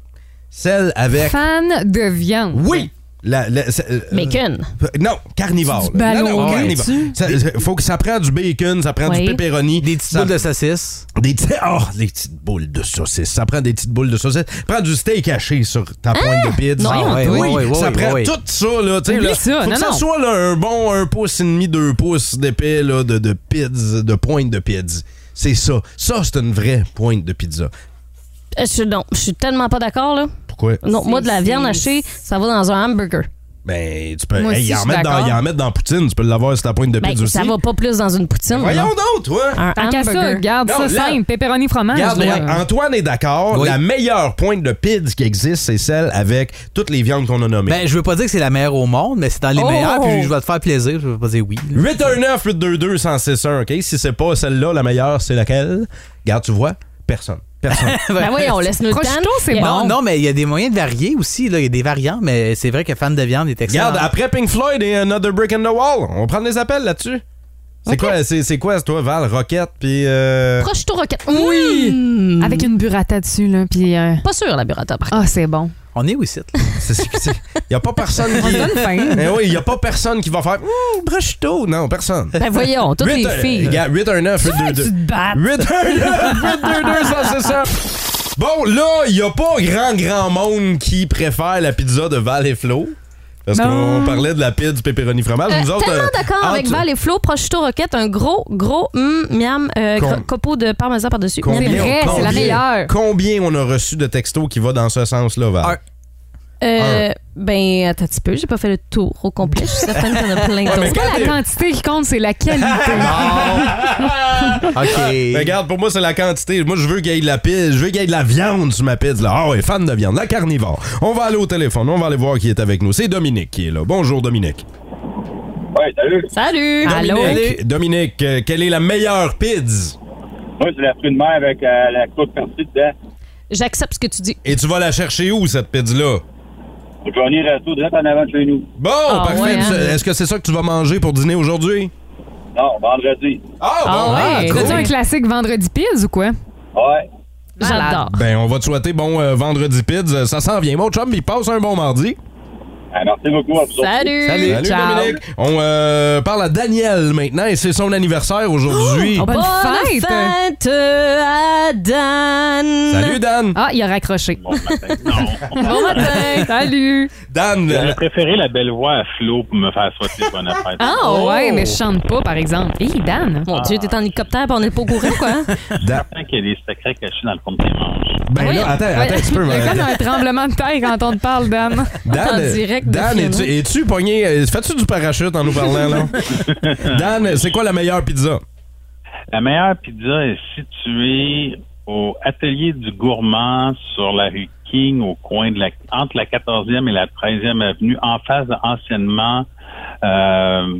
Speaker 3: Celle avec.
Speaker 4: Fan de viande.
Speaker 3: Oui! La, la- c'est- euh,
Speaker 5: Bacon.
Speaker 3: euh, Non, carnivore.
Speaker 4: Du
Speaker 3: là. Non,
Speaker 4: ballon,
Speaker 3: non, carnivore.
Speaker 4: tu-
Speaker 3: Ça- ça- faut que ça prenne du bacon, ça prend
Speaker 5: Oui.
Speaker 3: du pepperoni.
Speaker 8: Des petites
Speaker 3: ça-
Speaker 8: boules de saucisse.
Speaker 3: des petits- oh, des petites boules de saucisse. Ça prend des petites boules de saucisse. Prends du steak haché sur ta pointe de pizza.
Speaker 8: Non,
Speaker 3: Ah,
Speaker 8: oui,
Speaker 3: oui,
Speaker 8: oui, oui,
Speaker 3: ça
Speaker 8: oui,
Speaker 3: prend
Speaker 8: oui.
Speaker 3: tout ça. Là, tu sais,
Speaker 4: Hein? Oublie
Speaker 3: là.
Speaker 4: ça,
Speaker 3: faut
Speaker 4: non,
Speaker 3: que ça
Speaker 4: non.
Speaker 3: soit là, un bon un pouce et demi, deux pouces d'épais là, de, de pizza, de pointe de pizza. C'est ça. Ça, c'est une vraie pointe de pizza.
Speaker 5: Euh, Je, non, je suis tellement pas d'accord, là.
Speaker 3: Pourquoi?
Speaker 5: Non, moi, de la
Speaker 4: C'est-
Speaker 5: viande
Speaker 4: c'est-
Speaker 5: hachée, ça va dans un hamburger.
Speaker 3: Ben, tu peux.
Speaker 4: Moi
Speaker 3: Hey,
Speaker 4: aussi,
Speaker 3: ils
Speaker 4: je
Speaker 3: en
Speaker 4: suis
Speaker 3: mettent dans,
Speaker 4: d'accord.
Speaker 3: ils en mettent dans Poutine. Tu peux l'avoir sur ta pointe de
Speaker 5: Ben,
Speaker 3: pizza aussi.
Speaker 5: ça va pas plus dans une poutine.
Speaker 3: Voyons
Speaker 5: non.
Speaker 3: d'autres, toi!
Speaker 5: Un
Speaker 4: Tant qu'à ça,
Speaker 5: hamburger.
Speaker 4: garde
Speaker 3: Non,
Speaker 4: ça
Speaker 3: là-
Speaker 4: simple. Pepperoni fromage.
Speaker 3: Regarde,
Speaker 4: là.
Speaker 3: ouais, Antoine est d'accord.
Speaker 8: Oui.
Speaker 3: La meilleure pointe de pizza qui existe, c'est celle avec toutes les viandes qu'on a nommées.
Speaker 8: Ben, je veux pas dire que c'est la meilleure au monde, mais c'est dans les
Speaker 4: Oh!
Speaker 8: meilleures, puis je vais te faire plaisir. Je veux pas dire oui. là.
Speaker 3: 819 822 1061 OK? Si c'est pas celle-là, la meilleure, c'est laquelle? Regarde, tu vois, personne. Personne.
Speaker 5: Ben oui, on laisse nous le
Speaker 4: Prosciutto,
Speaker 5: temps.
Speaker 4: c'est
Speaker 5: Yeah.
Speaker 4: bon.
Speaker 8: Non, non, mais il y a des moyens de varier aussi. Là. Il y a des variants, mais c'est vrai que fan de viande est excellent.
Speaker 3: Regarde, après Pink Floyd et Another Brick in the Wall, on prend des appels là-dessus. C'est quoi, c'est, c'est quoi, toi, Val, Rocket, puis... euh,
Speaker 5: Prosciutto roquette. Oui!
Speaker 4: Avec une burrata dessus, là, puis... euh,
Speaker 5: Pas sûr, la burrata, par contre.
Speaker 4: Ah, c'est bon.
Speaker 8: On est où ici? là?
Speaker 3: c'est, c'est- c'est- y a pas personne
Speaker 4: On
Speaker 3: qui...
Speaker 4: donne faim.
Speaker 3: Eh oui, y a pas personne qui va faire... Hum, prosciutto! Non, personne.
Speaker 5: Ben voyons, toutes les
Speaker 3: Huit- euh,
Speaker 5: filles.
Speaker 3: regarde, 819 822
Speaker 5: Tu te battes.
Speaker 3: 8-1-9-8-2-2, c'est ça. Bon, là, il n'y a pas grand, grand monde qui préfère la pizza de Val et Flo. Parce
Speaker 4: Non.
Speaker 3: qu'on parlait de la pizza du pepperoni fromage.
Speaker 5: Euh,
Speaker 3: Nous autres,
Speaker 5: tellement
Speaker 3: euh,
Speaker 5: d'accord avec
Speaker 3: entre-
Speaker 5: Val et Flo, prosciutto roquette, un gros, gros hum, miam, euh,
Speaker 3: Com-
Speaker 5: gro- copeau de parmesan par-dessus.
Speaker 3: Combien,
Speaker 4: C'est vrai,
Speaker 3: combien-
Speaker 4: c'est la meilleure.
Speaker 3: Combien on a reçu de textos qui va dans ce sens-là, Val?
Speaker 8: Un.
Speaker 5: Euh, ben, attends un petit peu, j'ai pas fait le tour au complet. Je suis certaine qu'il y en a plein
Speaker 3: mais
Speaker 5: d'autres.
Speaker 4: C'est pas
Speaker 3: Regardez.
Speaker 4: la quantité qui compte, c'est la qualité.
Speaker 3: Mais
Speaker 8: OK.
Speaker 3: Ben, Regarde, pour moi, c'est la quantité. Moi, je veux qu'il y ait de la pizza. Je veux qu'il y ait de la viande sur ma pizza. là. Ah ouais, fan de viande. La carnivore. On va aller au téléphone. On va aller voir qui est avec nous. C'est Dominique qui est là. Bonjour, Dominique.
Speaker 9: Ouais, salut.
Speaker 5: Salut!
Speaker 3: Dominique, Dominique, euh, quelle est la meilleure pizza?
Speaker 9: Moi, c'est la fruit de mer avec euh, la croûte partie dedans.
Speaker 5: J'accepte ce que tu dis.
Speaker 3: Et tu vas la chercher où, cette pizza-là?
Speaker 9: Je vais venir resto direct en avant de chez nous.
Speaker 3: Bon,
Speaker 5: Ah,
Speaker 3: parfait.
Speaker 5: ouais,
Speaker 3: Tu-
Speaker 5: hein?
Speaker 3: Est-ce que c'est ça que tu vas manger pour dîner aujourd'hui?
Speaker 9: Non, vendredi.
Speaker 3: Ah, bon,
Speaker 5: Ah
Speaker 3: ah,
Speaker 5: ouais,
Speaker 3: cool.
Speaker 4: C'est un classique vendredi pizza ou quoi?
Speaker 9: Ouais.
Speaker 5: J'adore.
Speaker 3: Ben, on va te souhaiter bon euh, vendredi pizza. Ça s'en vient. Mon chum, il passe un bon mardi.
Speaker 9: Ah, merci beaucoup à vous autres.
Speaker 5: Oh. Salut!
Speaker 3: Salut,
Speaker 5: Ciao.
Speaker 3: Dominique. On euh, parle à Daniel maintenant et c'est son anniversaire aujourd'hui.
Speaker 4: Oh, bonne fête!
Speaker 5: fête à Dan!
Speaker 3: Salut, Dan.
Speaker 4: Ah, il a raccroché.
Speaker 9: Bon matin. Non.
Speaker 5: Bon matin!
Speaker 4: Salut!
Speaker 3: Dan, euh,
Speaker 9: J'aurais préféré la belle voix à Flo pour me faire souhaiter bonne fête.
Speaker 5: Ah
Speaker 4: Oh, ouais, mais je
Speaker 5: je...
Speaker 4: chante pas, par exemple. Hé, Dan!
Speaker 5: Mon Dieu, t'es en hélicoptère pis on est pas au courant, quoi.
Speaker 3: Dan-
Speaker 9: Je sens qu'il y a des secrets cachés dans le complément.
Speaker 3: Ben
Speaker 5: Oui.
Speaker 3: là, attends, attends un petit peu.
Speaker 4: C'est
Speaker 3: mais-
Speaker 4: comme un tremblement de terre quand on te parle, Dan.
Speaker 5: En
Speaker 3: Dan, euh,
Speaker 5: direct de hein?
Speaker 3: Dan
Speaker 5: Fiona.
Speaker 3: es-tu, es-tu pogné? euh, Fais-tu du parachute en nous parlant, là? Dan, c'est quoi la meilleure pizza?
Speaker 9: La meilleure pizza est située au atelier du gourmand sur la rue King, au coin de la entre la 14e et la 13e avenue, en face de anciennement euh,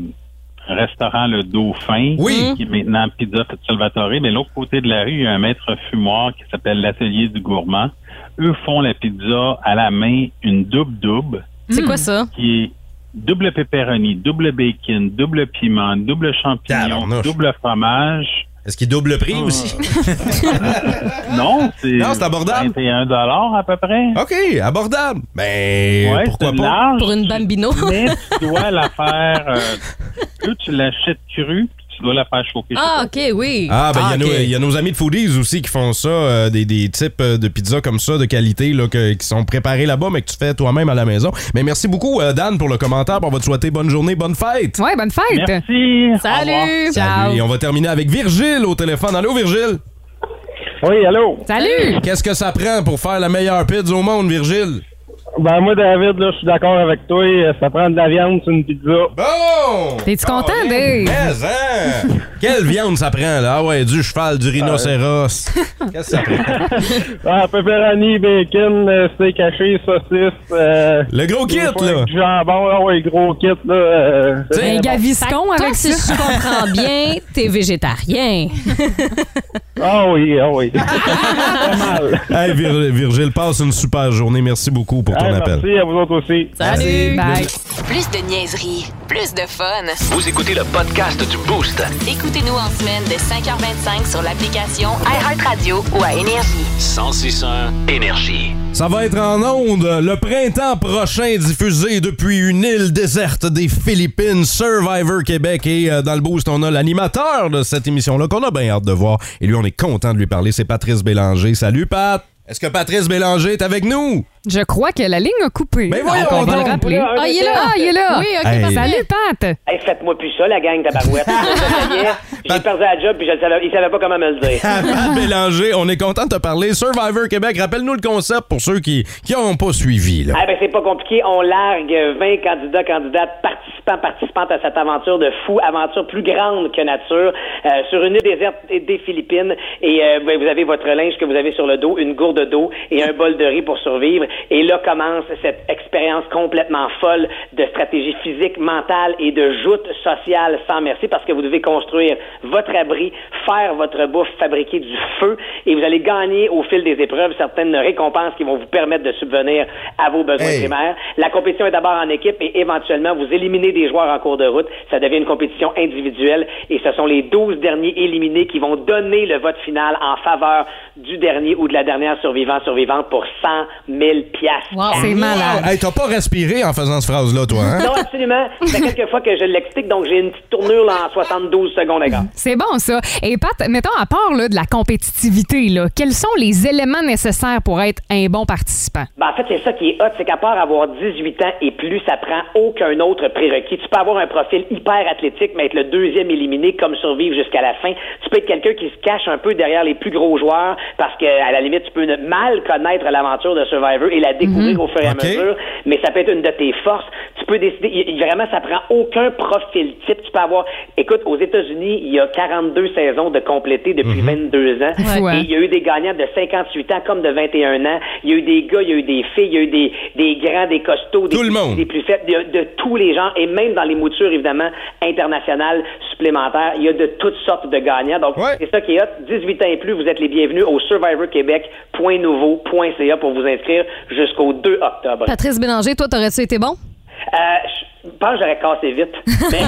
Speaker 9: restaurant Le Dauphin,
Speaker 3: Oui.
Speaker 9: qui est maintenant Pizza Salvatore. Mais l'autre côté de la rue, il y a un maître fumoir qui s'appelle l'atelier du gourmand. Eux font la pizza à la main, une double double
Speaker 5: C'est quoi ça?
Speaker 9: qui est double pepperoni, double bacon, double piment, double champignon,
Speaker 3: Tabarnouche.
Speaker 9: double fromage.
Speaker 3: Est-ce qu'il double prix
Speaker 9: Ah.
Speaker 3: aussi?
Speaker 9: Non, c'est
Speaker 3: Non, c'est abordable.
Speaker 9: 21 dollars à peu près.
Speaker 11: Ah,
Speaker 3: OK, abordable. Ben,
Speaker 9: Ouais,
Speaker 3: pourquoi
Speaker 9: c'est
Speaker 3: pas?
Speaker 9: large,
Speaker 5: Pour une bambino?
Speaker 9: Mais tu dois la faire. euh, eux, tu l'achètes crue, puis tu dois la faire choquer.
Speaker 5: Ah, OK, oui.
Speaker 3: Ah, ben, il
Speaker 8: Ah,
Speaker 3: y, a
Speaker 8: ok.
Speaker 3: nos- il y a nos amis de Foodies aussi qui font ça, euh, des, des types euh, de pizzas comme ça, de qualité, là, que- qui sont préparés là-bas, mais que tu fais toi-même à la maison. Mais merci beaucoup, euh, Dan, pour le commentaire. puis On va te souhaiter bonne journée, bonne fête.
Speaker 4: Ouais, bonne fête!
Speaker 9: Merci. Au revoir.
Speaker 5: Salut!
Speaker 3: Salut. Et on va terminer avec Virgile au téléphone. Allô, Virgile?
Speaker 9: Oui, allô.
Speaker 4: Salut!
Speaker 3: Qu'est-ce que ça prend pour faire la meilleure pizza au monde, Virgile?
Speaker 11: Ben, moi, David, là, je suis d'accord avec toi. euh, Ça prend de la viande sur une pizza.
Speaker 3: Bon!
Speaker 4: T'es-tu content, Dave?
Speaker 3: Mais, hein? Quelle viande ça prend, là? Ah ouais, du cheval, du rhinocéros. Qu'est-ce que ça prend?
Speaker 11: Ah, pepperoni, bacon, euh, steak haché, saucisse. euh,
Speaker 3: Le gros kit,
Speaker 11: des fois,
Speaker 3: là.
Speaker 11: Du jambon, ah ouais, le gros kit, là. euh, c'est bien
Speaker 4: Un gaviscon
Speaker 5: Toi,
Speaker 4: avec
Speaker 5: si
Speaker 4: ça.
Speaker 5: je comprends bien, t'es végétarien.
Speaker 11: bon. Ah oui, ah oui. Pas mal.
Speaker 3: Hey, Vir- Virgile, passe une super journée. Merci beaucoup pour ton
Speaker 11: Ah,
Speaker 3: appel.
Speaker 11: merci à vous autres aussi.
Speaker 5: Salut!
Speaker 4: Bye.
Speaker 1: Plus de niaiserie, plus de fun.
Speaker 2: Vous écoutez le podcast du Boost.
Speaker 1: Écoutez-nous en semaine de 5h25 sur l'application iHeartRadio ou à Énergie.
Speaker 2: 1061 Énergie.
Speaker 3: Ça va être en onde le printemps prochain, diffusé depuis une île déserte des Philippines, Survivor Québec. Et euh, dans le boost, on a l'animateur de cette émission-là qu'on a bien hâte de voir. Et lui, on est content de lui parler. C'est Patrice Bélanger. Salut, Pat! Est-ce que Patrice Bélanger est avec nous?
Speaker 4: Je crois que la ligne a coupé.
Speaker 3: Mais
Speaker 4: Donc,
Speaker 3: Ben, voyons
Speaker 4: on va
Speaker 3: donc.
Speaker 4: le rappeler.
Speaker 5: Ah, il est là!
Speaker 4: Ah, il est là.
Speaker 5: Oui, OK,
Speaker 3: Hey.
Speaker 5: parfait.
Speaker 4: Salut, Pat.
Speaker 12: Hey, faites-moi plus ça, la gang tabarouette. Ça y est, J'ai perdu la job, puis je le savais, ils savaient pas comment me le dire.
Speaker 3: Ah, Pat Bélanger, on est content de te parler. Survivor Québec, rappelle-nous le concept pour ceux qui n'ont pas suivi. Là.
Speaker 12: Ah ben c'est pas compliqué, on largue 20 candidats, candidates, participants, participantes à cette aventure de fou, aventure plus grande que nature, euh, sur une île déserte des Philippines. Et euh, ben, vous avez votre linge que vous avez sur le dos, une gourde d'eau et un bol de riz pour survivre. Et là commence cette expérience complètement folle de stratégie physique, mentale et de joute sociale sans merci parce que vous devez construire votre abri, faire votre bouffe, fabriquer du feu et vous allez gagner au fil des épreuves certaines récompenses qui vont vous permettre de subvenir à vos besoins
Speaker 3: Hey.
Speaker 12: primaires. La compétition est d'abord en équipe et éventuellement vous éliminez des joueurs en cours de route. Ça devient une compétition individuelle et ce sont les 12 derniers éliminés qui vont donner le vote final en faveur du dernier ou de la dernière survivant survivante pour 100 000 piastres.
Speaker 5: Wow, c'est malade.
Speaker 3: Hey, t'as pas respiré en faisant cette phrase-là, toi, hein?
Speaker 12: Non, absolument. C'est quelques fois que je l'explique, donc j'ai une petite tournure là, en 72 secondes, les gars.
Speaker 4: C'est bon, ça. Et Pat, mettons, à part là, de la compétitivité, là, quels sont les éléments nécessaires pour être un bon participant?
Speaker 12: Ben, en fait, c'est ça qui est hot, c'est qu'à part avoir 18 ans et plus, ça prend aucun autre prérequis. Tu peux avoir un profil hyper athlétique, mais être le deuxième éliminé, comme survivre jusqu'à la fin. Tu peux être quelqu'un qui se cache un peu derrière les plus gros joueurs, parce que à la limite, tu peux ne- mal connaître l'aventure de Survivor et la découvrir au fur et à
Speaker 3: Ok.
Speaker 12: mesure, mais ça peut être une de tes forces. Tu peux décider, y- y- vraiment, ça prend aucun profil type. Tu peux avoir, écoute, aux États-Unis, il y a 42 saisons de complétées depuis 22 ans.
Speaker 4: Ouais.
Speaker 12: Et il y a eu des gagnants de 58 ans comme de 21 ans. Il y a eu des gars, il y a eu des filles, il y a eu des, des grands, des costauds, des,
Speaker 3: Tout le monde.
Speaker 12: des plus faibles, il y a de tous les genres. Et même dans les moutures, évidemment, internationales, supplémentaires, il y a de toutes sortes de gagnants. Donc,
Speaker 3: Ouais.
Speaker 12: c'est ça qui est hot. 18 ans et plus, vous êtes les bienvenus au survivorquebec.nouveau.ca pour vous inscrire jusqu'au 2 octobre.
Speaker 5: Patrice Bélanger, toi, t'aurais-tu été bon?
Speaker 12: Euh, je pense que j'aurais cassé vite. Mais-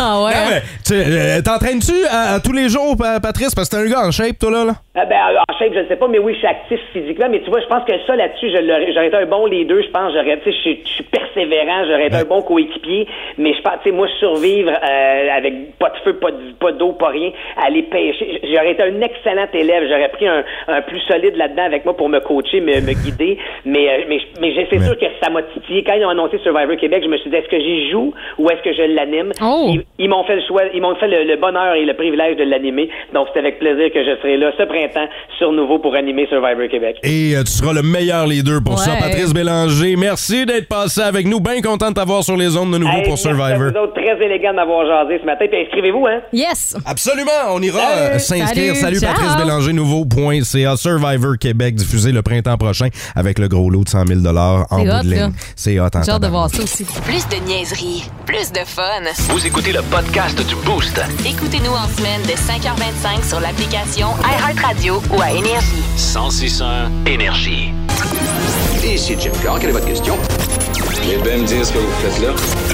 Speaker 5: Ah ouais?
Speaker 3: Non, mais, tu- euh, T'entraînes-tu à, à tous les jours, Pa- Patrice? Parce que t'es un gars en shape, toi, là? là?
Speaker 12: Ah ben, en shape, je ne sais pas, mais oui, je suis actif physiquement. Mais tu vois, je pense que ça, là-dessus, je l'aurais- j'aurais été un bon leader. Je pense, j'aurais, tu sais, je suis- je suis persévérant, j'aurais été un bon coéquipier. Mais je pense, tu sais, moi, survivre euh, avec pas de feu, pas de- pas d'eau, pas, rien, aller pêcher. J'aurais été un excellent élève. J'aurais pris un, un plus solide là-dedans avec moi pour me coacher, me, me guider. Mais, euh, mais, je- mais je- c'est
Speaker 3: Mais-
Speaker 12: sûr que ça m'a titillé. Quand ils ont annoncé Survivor Québec, je me suis dit, est-ce que j'y joue ou est-ce que je l'anime?
Speaker 4: Oh!
Speaker 12: Ils- ils m'ont fait le choix, ils m'ont fait le, le bonheur et le privilège de l'animer. Donc c'est avec plaisir que je serai là ce printemps sur nouveau pour animer Survivor Québec.
Speaker 3: Et euh, tu seras le meilleur les deux pour ça,
Speaker 5: Ouais.
Speaker 3: Patrice Bélanger. Merci d'être passé avec nous. Bien content de t'avoir sur les ondes de nouveau
Speaker 12: Hey,
Speaker 3: pour
Speaker 12: merci à
Speaker 3: Survivor.
Speaker 12: vous autres, très élégant d'avoir jasé ce matin. Puis inscrivez-vous, hein?
Speaker 5: Yes!
Speaker 3: Absolument, on ira euh, s'inscrire. Salut,
Speaker 5: Salut, ciao.
Speaker 3: Patrice Bélanger, nouveau.ca. Survivor Québec, diffusé le printemps prochain avec le gros lot de 100 000 en
Speaker 5: C'est
Speaker 3: bout
Speaker 5: hot,
Speaker 3: de
Speaker 5: là.
Speaker 3: ligne. C'est hot en
Speaker 5: J'ai hâte de
Speaker 3: tabarnak.
Speaker 5: voir ça aussi.
Speaker 1: Plus de niaiserie, plus de fun.
Speaker 2: Vous écoutez le podcast du Boost.
Speaker 1: Écoutez-nous en semaine de 5h25 sur l'application iHeartRadio ou à Énergie.
Speaker 2: 1061 Énergie.
Speaker 13: Ici Jim Carr, quelle est votre question? Vous bien me dire ce que vous faites là.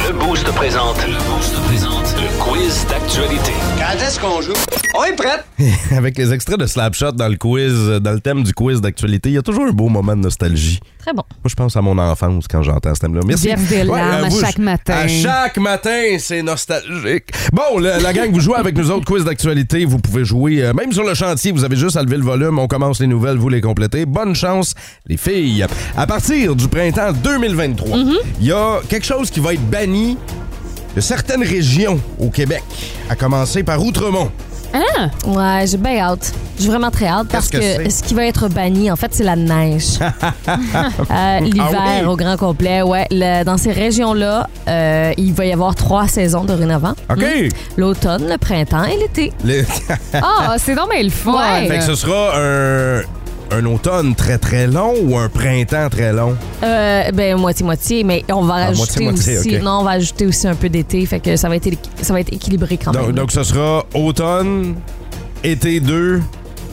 Speaker 2: Le Boost présente. Le Boost présente. Le quiz d'actualité.
Speaker 13: Quand est-ce qu'on joue? On est prête!
Speaker 3: Avec les extraits de Slapshot dans le quiz, euh, dans le thème du quiz d'actualité, il y a toujours un beau moment de nostalgie.
Speaker 5: Très bon.
Speaker 3: Moi, je pense à mon enfance quand j'entends ce thème-là. Merci.
Speaker 4: Jeff Delarme
Speaker 3: euh,
Speaker 4: à
Speaker 3: vous,
Speaker 4: chaque
Speaker 3: je-
Speaker 4: matin.
Speaker 3: À chaque matin, c'est nostalgique. Bon, le- la gang, vous jouez avec nous autres quiz d'actualité. Vous pouvez jouer euh, même sur le chantier. Vous avez juste à lever le volume. On commence les nouvelles, vous les complétez. Bonne chance, les filles. À partir du printemps 2023,
Speaker 4: Mhm.
Speaker 3: il y a quelque chose qui va être banni de certaines régions au Québec, à commencer par Outremont.
Speaker 4: Hein?
Speaker 5: Ouais, j'ai bien hâte. J'ai vraiment très hâte parce
Speaker 3: Qu'est-ce que
Speaker 5: que,
Speaker 3: c'est?
Speaker 5: ce qui va être banni, en fait, c'est la neige. Euh, L'hiver
Speaker 3: Ah oui?
Speaker 5: au grand complet, ouais. Le- dans ces régions-là, euh, il va y avoir trois saisons dorénavant.
Speaker 3: OK.
Speaker 5: L'automne, le printemps et l'été.
Speaker 3: Les-
Speaker 4: Ah, c'est donc bien le fun.
Speaker 3: Fait que ce sera
Speaker 5: euh,
Speaker 3: un, un automne très très long ou un printemps très long?
Speaker 5: Euh, ben moitié-moitié, mais on va
Speaker 3: Ah,
Speaker 5: rajouter
Speaker 3: moitié-moitié,
Speaker 5: aussi.
Speaker 3: ok.
Speaker 5: Non, on va ajouter aussi un peu d'été, fait que ça va être, ça va être équilibré quand
Speaker 3: Donc,
Speaker 5: même.
Speaker 3: donc ce sera automne, été 2,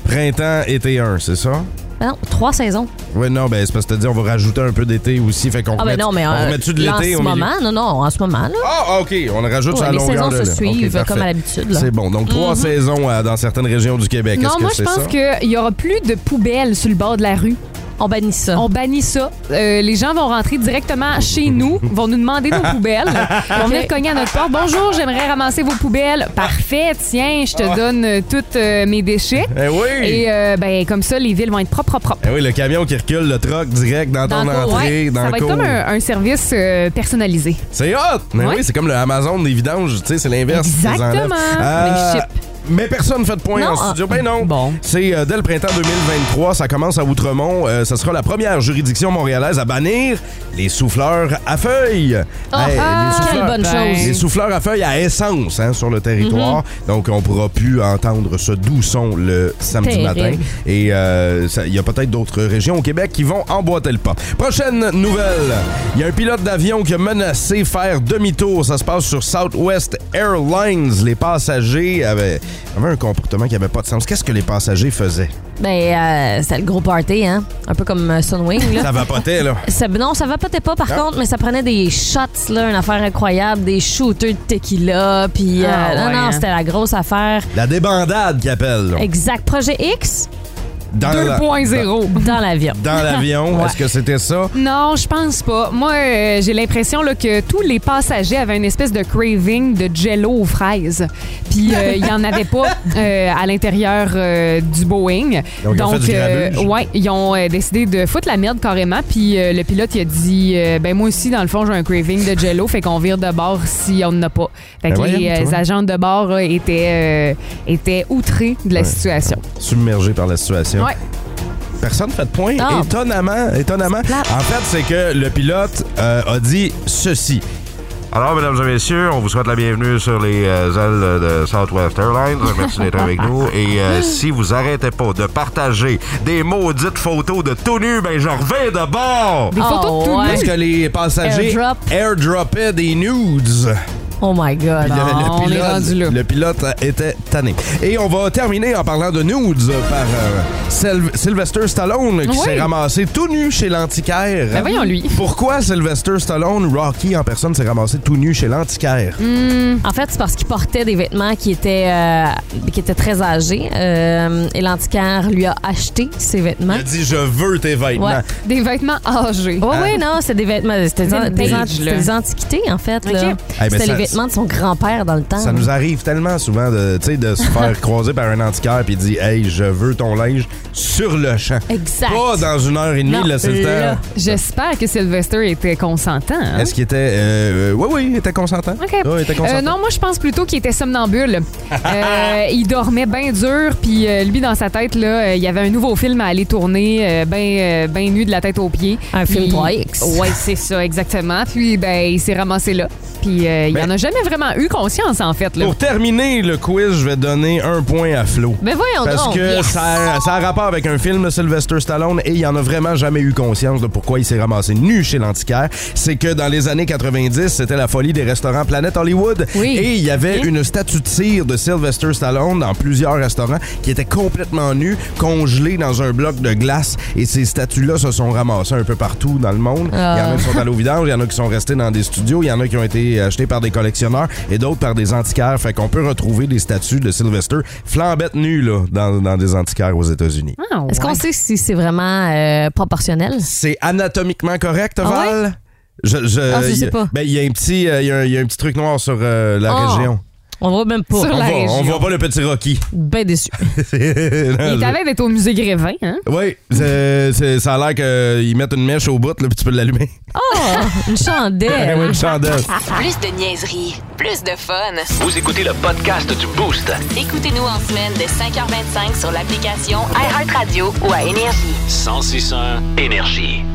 Speaker 3: printemps, été 1, c'est ça?
Speaker 5: Ah Non, trois saisons.
Speaker 3: Oui, non, ben c'est parce que t'as dit on va rajouter un peu d'été aussi. Fait qu'on
Speaker 5: Ah ben
Speaker 3: remet-
Speaker 5: non, mais
Speaker 3: on
Speaker 5: euh,
Speaker 3: remet-tu de
Speaker 5: là,
Speaker 3: l'été
Speaker 5: en
Speaker 3: au
Speaker 5: ce
Speaker 3: milieu?
Speaker 5: moment, non, non, en ce moment là.
Speaker 3: Ah, ah, OK, on le rajoute
Speaker 5: Ouais,
Speaker 3: sur la
Speaker 5: les
Speaker 3: longueur
Speaker 5: saisons
Speaker 3: de
Speaker 5: se
Speaker 3: là.
Speaker 5: suivent,
Speaker 3: OK, parfait.
Speaker 5: comme à l'habitude, là.
Speaker 3: C'est bon. Donc, trois
Speaker 5: Mhm.
Speaker 3: saisons euh, dans certaines régions du Québec.
Speaker 4: Non,
Speaker 3: Est-ce
Speaker 4: moi,
Speaker 3: que
Speaker 4: je
Speaker 3: c'est
Speaker 4: pense
Speaker 3: ça?
Speaker 4: qu'il y aura plus de poubelles sur le bord de la rue.
Speaker 5: On bannit ça.
Speaker 4: On bannit ça. Euh, les gens vont rentrer directement chez nous, vont nous demander nos poubelles, vont venir cogner à notre porte. Bonjour, j'aimerais ramasser vos poubelles. Parfait, tiens, je
Speaker 3: Ah.
Speaker 4: te donne euh, tous euh, mes déchets.
Speaker 3: Eh oui!
Speaker 4: Et euh, ben, comme ça, les villes vont être propres, propres, propres.
Speaker 3: Eh oui, le camion qui recule le truck direct dans ton
Speaker 4: Dans le cours,
Speaker 3: entrée,
Speaker 4: ouais.
Speaker 3: dans
Speaker 4: ça
Speaker 3: le
Speaker 4: va être
Speaker 3: cours.
Speaker 4: comme un, un service euh, personnalisé.
Speaker 3: C'est hot! Mais
Speaker 4: Ouais.
Speaker 3: oui, c'est comme le Amazon des vidanges, tu sais, c'est l'inverse. ils les enlèvent.
Speaker 4: Exactement.
Speaker 3: Euh,
Speaker 4: On les ship.
Speaker 3: mais personne ne fait de point
Speaker 4: Non,
Speaker 3: en
Speaker 4: ah,
Speaker 3: studio. Ben non. C'est euh, dès le printemps 2023, ça commence à Outremont. Euh, ça sera la première juridiction montréalaise à bannir les souffleurs à feuilles.
Speaker 5: Ah, ah, quelle bonne chose.
Speaker 3: Les souffleurs à feuilles à essence hein, sur le territoire. Donc, on pourra plus entendre ce doux son le samedi
Speaker 5: Terrible.
Speaker 3: matin. Et euh, ça- il y a peut-être d'autres régions au Québec qui vont emboîter le pas. Prochaine nouvelle. Il y a un pilote d'avion qui a menacé faire demi-tour. Ça se passe sur Southwest Airlines. Les passagers avaient, avaient un comportement qui n'avait pas de sens. Qu'est-ce que les passagers faisaient?
Speaker 5: Ben, euh, c'était le gros party, hein? Un peu comme euh, Sunwing, là.
Speaker 3: Ça vapotait, là.
Speaker 5: Ça- non, ça va peut-être pas par
Speaker 3: Non.
Speaker 5: contre, mais ça prenait des shots, là, une affaire incroyable, des shooters de tequila, puis euh,
Speaker 3: Ah,
Speaker 5: non,
Speaker 3: ouais,
Speaker 5: non,
Speaker 3: hein.
Speaker 5: c'était la grosse affaire.
Speaker 3: La débandade qu'ils appellent. là.
Speaker 5: Exact. Projet X
Speaker 3: Dans la-
Speaker 5: Dans l'avion.
Speaker 3: Ah Dans l'avion,
Speaker 5: Ouais.
Speaker 3: est-ce que c'était ça?
Speaker 4: Non, je pense pas. Moi, euh, j'ai l'impression là, que tous les passagers avaient une espèce de craving de jello aux fraises. Puis euh, il y en avait pas euh, à l'intérieur euh, du Boeing.
Speaker 14: Donc, ils ont fait du grabuge.
Speaker 4: ouais, ils ont euh, décidé de foutre la merde carrément. Puis euh, le pilote il a dit euh, ben moi aussi dans le fond j'ai un craving de jello, fait qu'on vire de bord si on n'en a pas. Fait que
Speaker 3: Ben
Speaker 4: les
Speaker 3: voyons,
Speaker 4: euh,
Speaker 3: toi.
Speaker 4: agents de bord là, étaient euh, étaient outrés de la
Speaker 3: Ouais.
Speaker 4: situation.
Speaker 3: Submergé par la situation.
Speaker 4: Ouais.
Speaker 3: Personne fait de point.
Speaker 4: Non.
Speaker 3: Étonnamment, étonnamment. En fait, c'est que le pilote euh, a dit ceci. Alors, mesdames et messieurs, on vous souhaite la bienvenue sur les euh, ailes de Southwest Airlines. Merci d'être avec nous. Et euh, si vous arrêtez pas de partager des maudites photos de tout nu, ben je reviens de bord!
Speaker 5: Des photos de tout nu?
Speaker 3: Parce que les passagers
Speaker 5: Airdrop.
Speaker 3: airdroppaient des nudes.
Speaker 5: Oh my God.
Speaker 3: Puis
Speaker 4: Ah,
Speaker 3: le- le,
Speaker 5: Non, on est
Speaker 3: pilote,
Speaker 5: rendu
Speaker 3: le pilote était tanné. Et on va terminer en parlant de nudes par euh, Syl- Sylvester Stallone qui
Speaker 4: Oui.
Speaker 3: s'est ramassé tout nu chez l'antiquaire.
Speaker 4: Ben voyons, lui.
Speaker 3: Pourquoi Sylvester Stallone, Rocky en personne, s'est ramassé tout nu chez l'antiquaire?
Speaker 4: Mm.
Speaker 5: En fait, c'est parce qu'il portait des vêtements qui étaient, euh, qui étaient très âgés euh, et l'antiquaire lui a acheté ces vêtements.
Speaker 3: Il a dit je veux tes vêtements.
Speaker 5: Ouais.
Speaker 4: Des vêtements âgés.
Speaker 5: Oui,
Speaker 3: Hein?
Speaker 5: oui, non, c'était des vêtements. C'était des,
Speaker 4: Vintage,
Speaker 5: des
Speaker 4: là.
Speaker 5: anti- c'était des antiquités, en fait. là.
Speaker 3: Eh ben,
Speaker 5: c'était
Speaker 3: ça-
Speaker 5: les vêtements de son grand-père dans le temps.
Speaker 3: Ça nous arrive tellement souvent de, tu sais, de se faire croiser par un antiquaire puis il dit Hey, je veux ton linge sur le champ.
Speaker 5: Exact.
Speaker 3: Pas dans une heure et demie, laisser le temps.
Speaker 4: J'espère que Sylvester était consentant. hein?
Speaker 3: Est-ce qu'il était. euh, euh, oui, oui, il était consentant.
Speaker 4: OK.
Speaker 3: Oui, il était consentant.
Speaker 4: Euh, non, moi, je pense plutôt qu'il était somnambule. Euh, il dormait bien dur, puis euh, lui, dans sa tête, là, euh, il y avait un nouveau film à aller tourner, euh, ben, euh, ben nu de la tête aux pieds.
Speaker 5: Un film
Speaker 4: Puis-
Speaker 5: 3X.
Speaker 4: Ouais, c'est ça, exactement. Puis, ben, il s'est ramassé là. Puis, euh, il en a jamais vraiment eu conscience, en fait. Là.
Speaker 3: Pour terminer le quiz, je vais donner un point à Flo.
Speaker 4: Ben voyons
Speaker 3: Parce
Speaker 4: donc.
Speaker 3: que
Speaker 4: Yes.
Speaker 3: ça, a, ça a rapport avec un film de Sylvester Stallone et il n'en a vraiment jamais eu conscience de pourquoi il s'est ramassé nu chez l'antiquaire. C'est que dans les années 90, c'était la folie des restaurants Planète Hollywood. Et il y avait une statue de cire de Sylvester Stallone dans plusieurs restaurants qui était complètement nue, congelée dans un bloc de glace. Et ces statues-là se sont ramassées un peu partout dans le monde. Il y en
Speaker 5: Ah.
Speaker 3: a qui sont allés au vidange, il y en a qui sont restés dans des studios, il y en a qui ont été achetés par des collectionneurs et d'autres par des antiquaires. Fait qu'on peut retrouver des statues de Sylvester flambette nues là, dans, dans des antiquaires aux États-Unis.
Speaker 4: Ah,
Speaker 5: Est-ce qu'on sait si c'est vraiment euh, proportionnel?
Speaker 3: C'est anatomiquement correct, Val? Je, je-
Speaker 5: Ah, je sais
Speaker 3: il-
Speaker 5: pas.
Speaker 3: ben, il y a un petit, euh, il y a un- il y a un petit truc noir sur euh, la
Speaker 5: Oh.
Speaker 3: région.
Speaker 5: On voit même pas.
Speaker 3: on, va, on voit pas le petit Rocky.
Speaker 5: Ben déçu.
Speaker 3: Euh,
Speaker 4: Il t'avait d'être au musée Grévin, hein?
Speaker 3: Oui, c'est- c'est- ça a l'air qu'ils mettent une mèche au bout, là, puis tu peux l'allumer.
Speaker 5: Oh, une chandelle.
Speaker 3: Ouais, une chandelle.
Speaker 1: Plus de niaiserie, plus de fun.
Speaker 2: Vous écoutez le podcast du Boost.
Speaker 1: Écoutez-nous en semaine de 5h25 sur l'application iHeartRadio ou à Énergie.
Speaker 2: 1061 Énergie.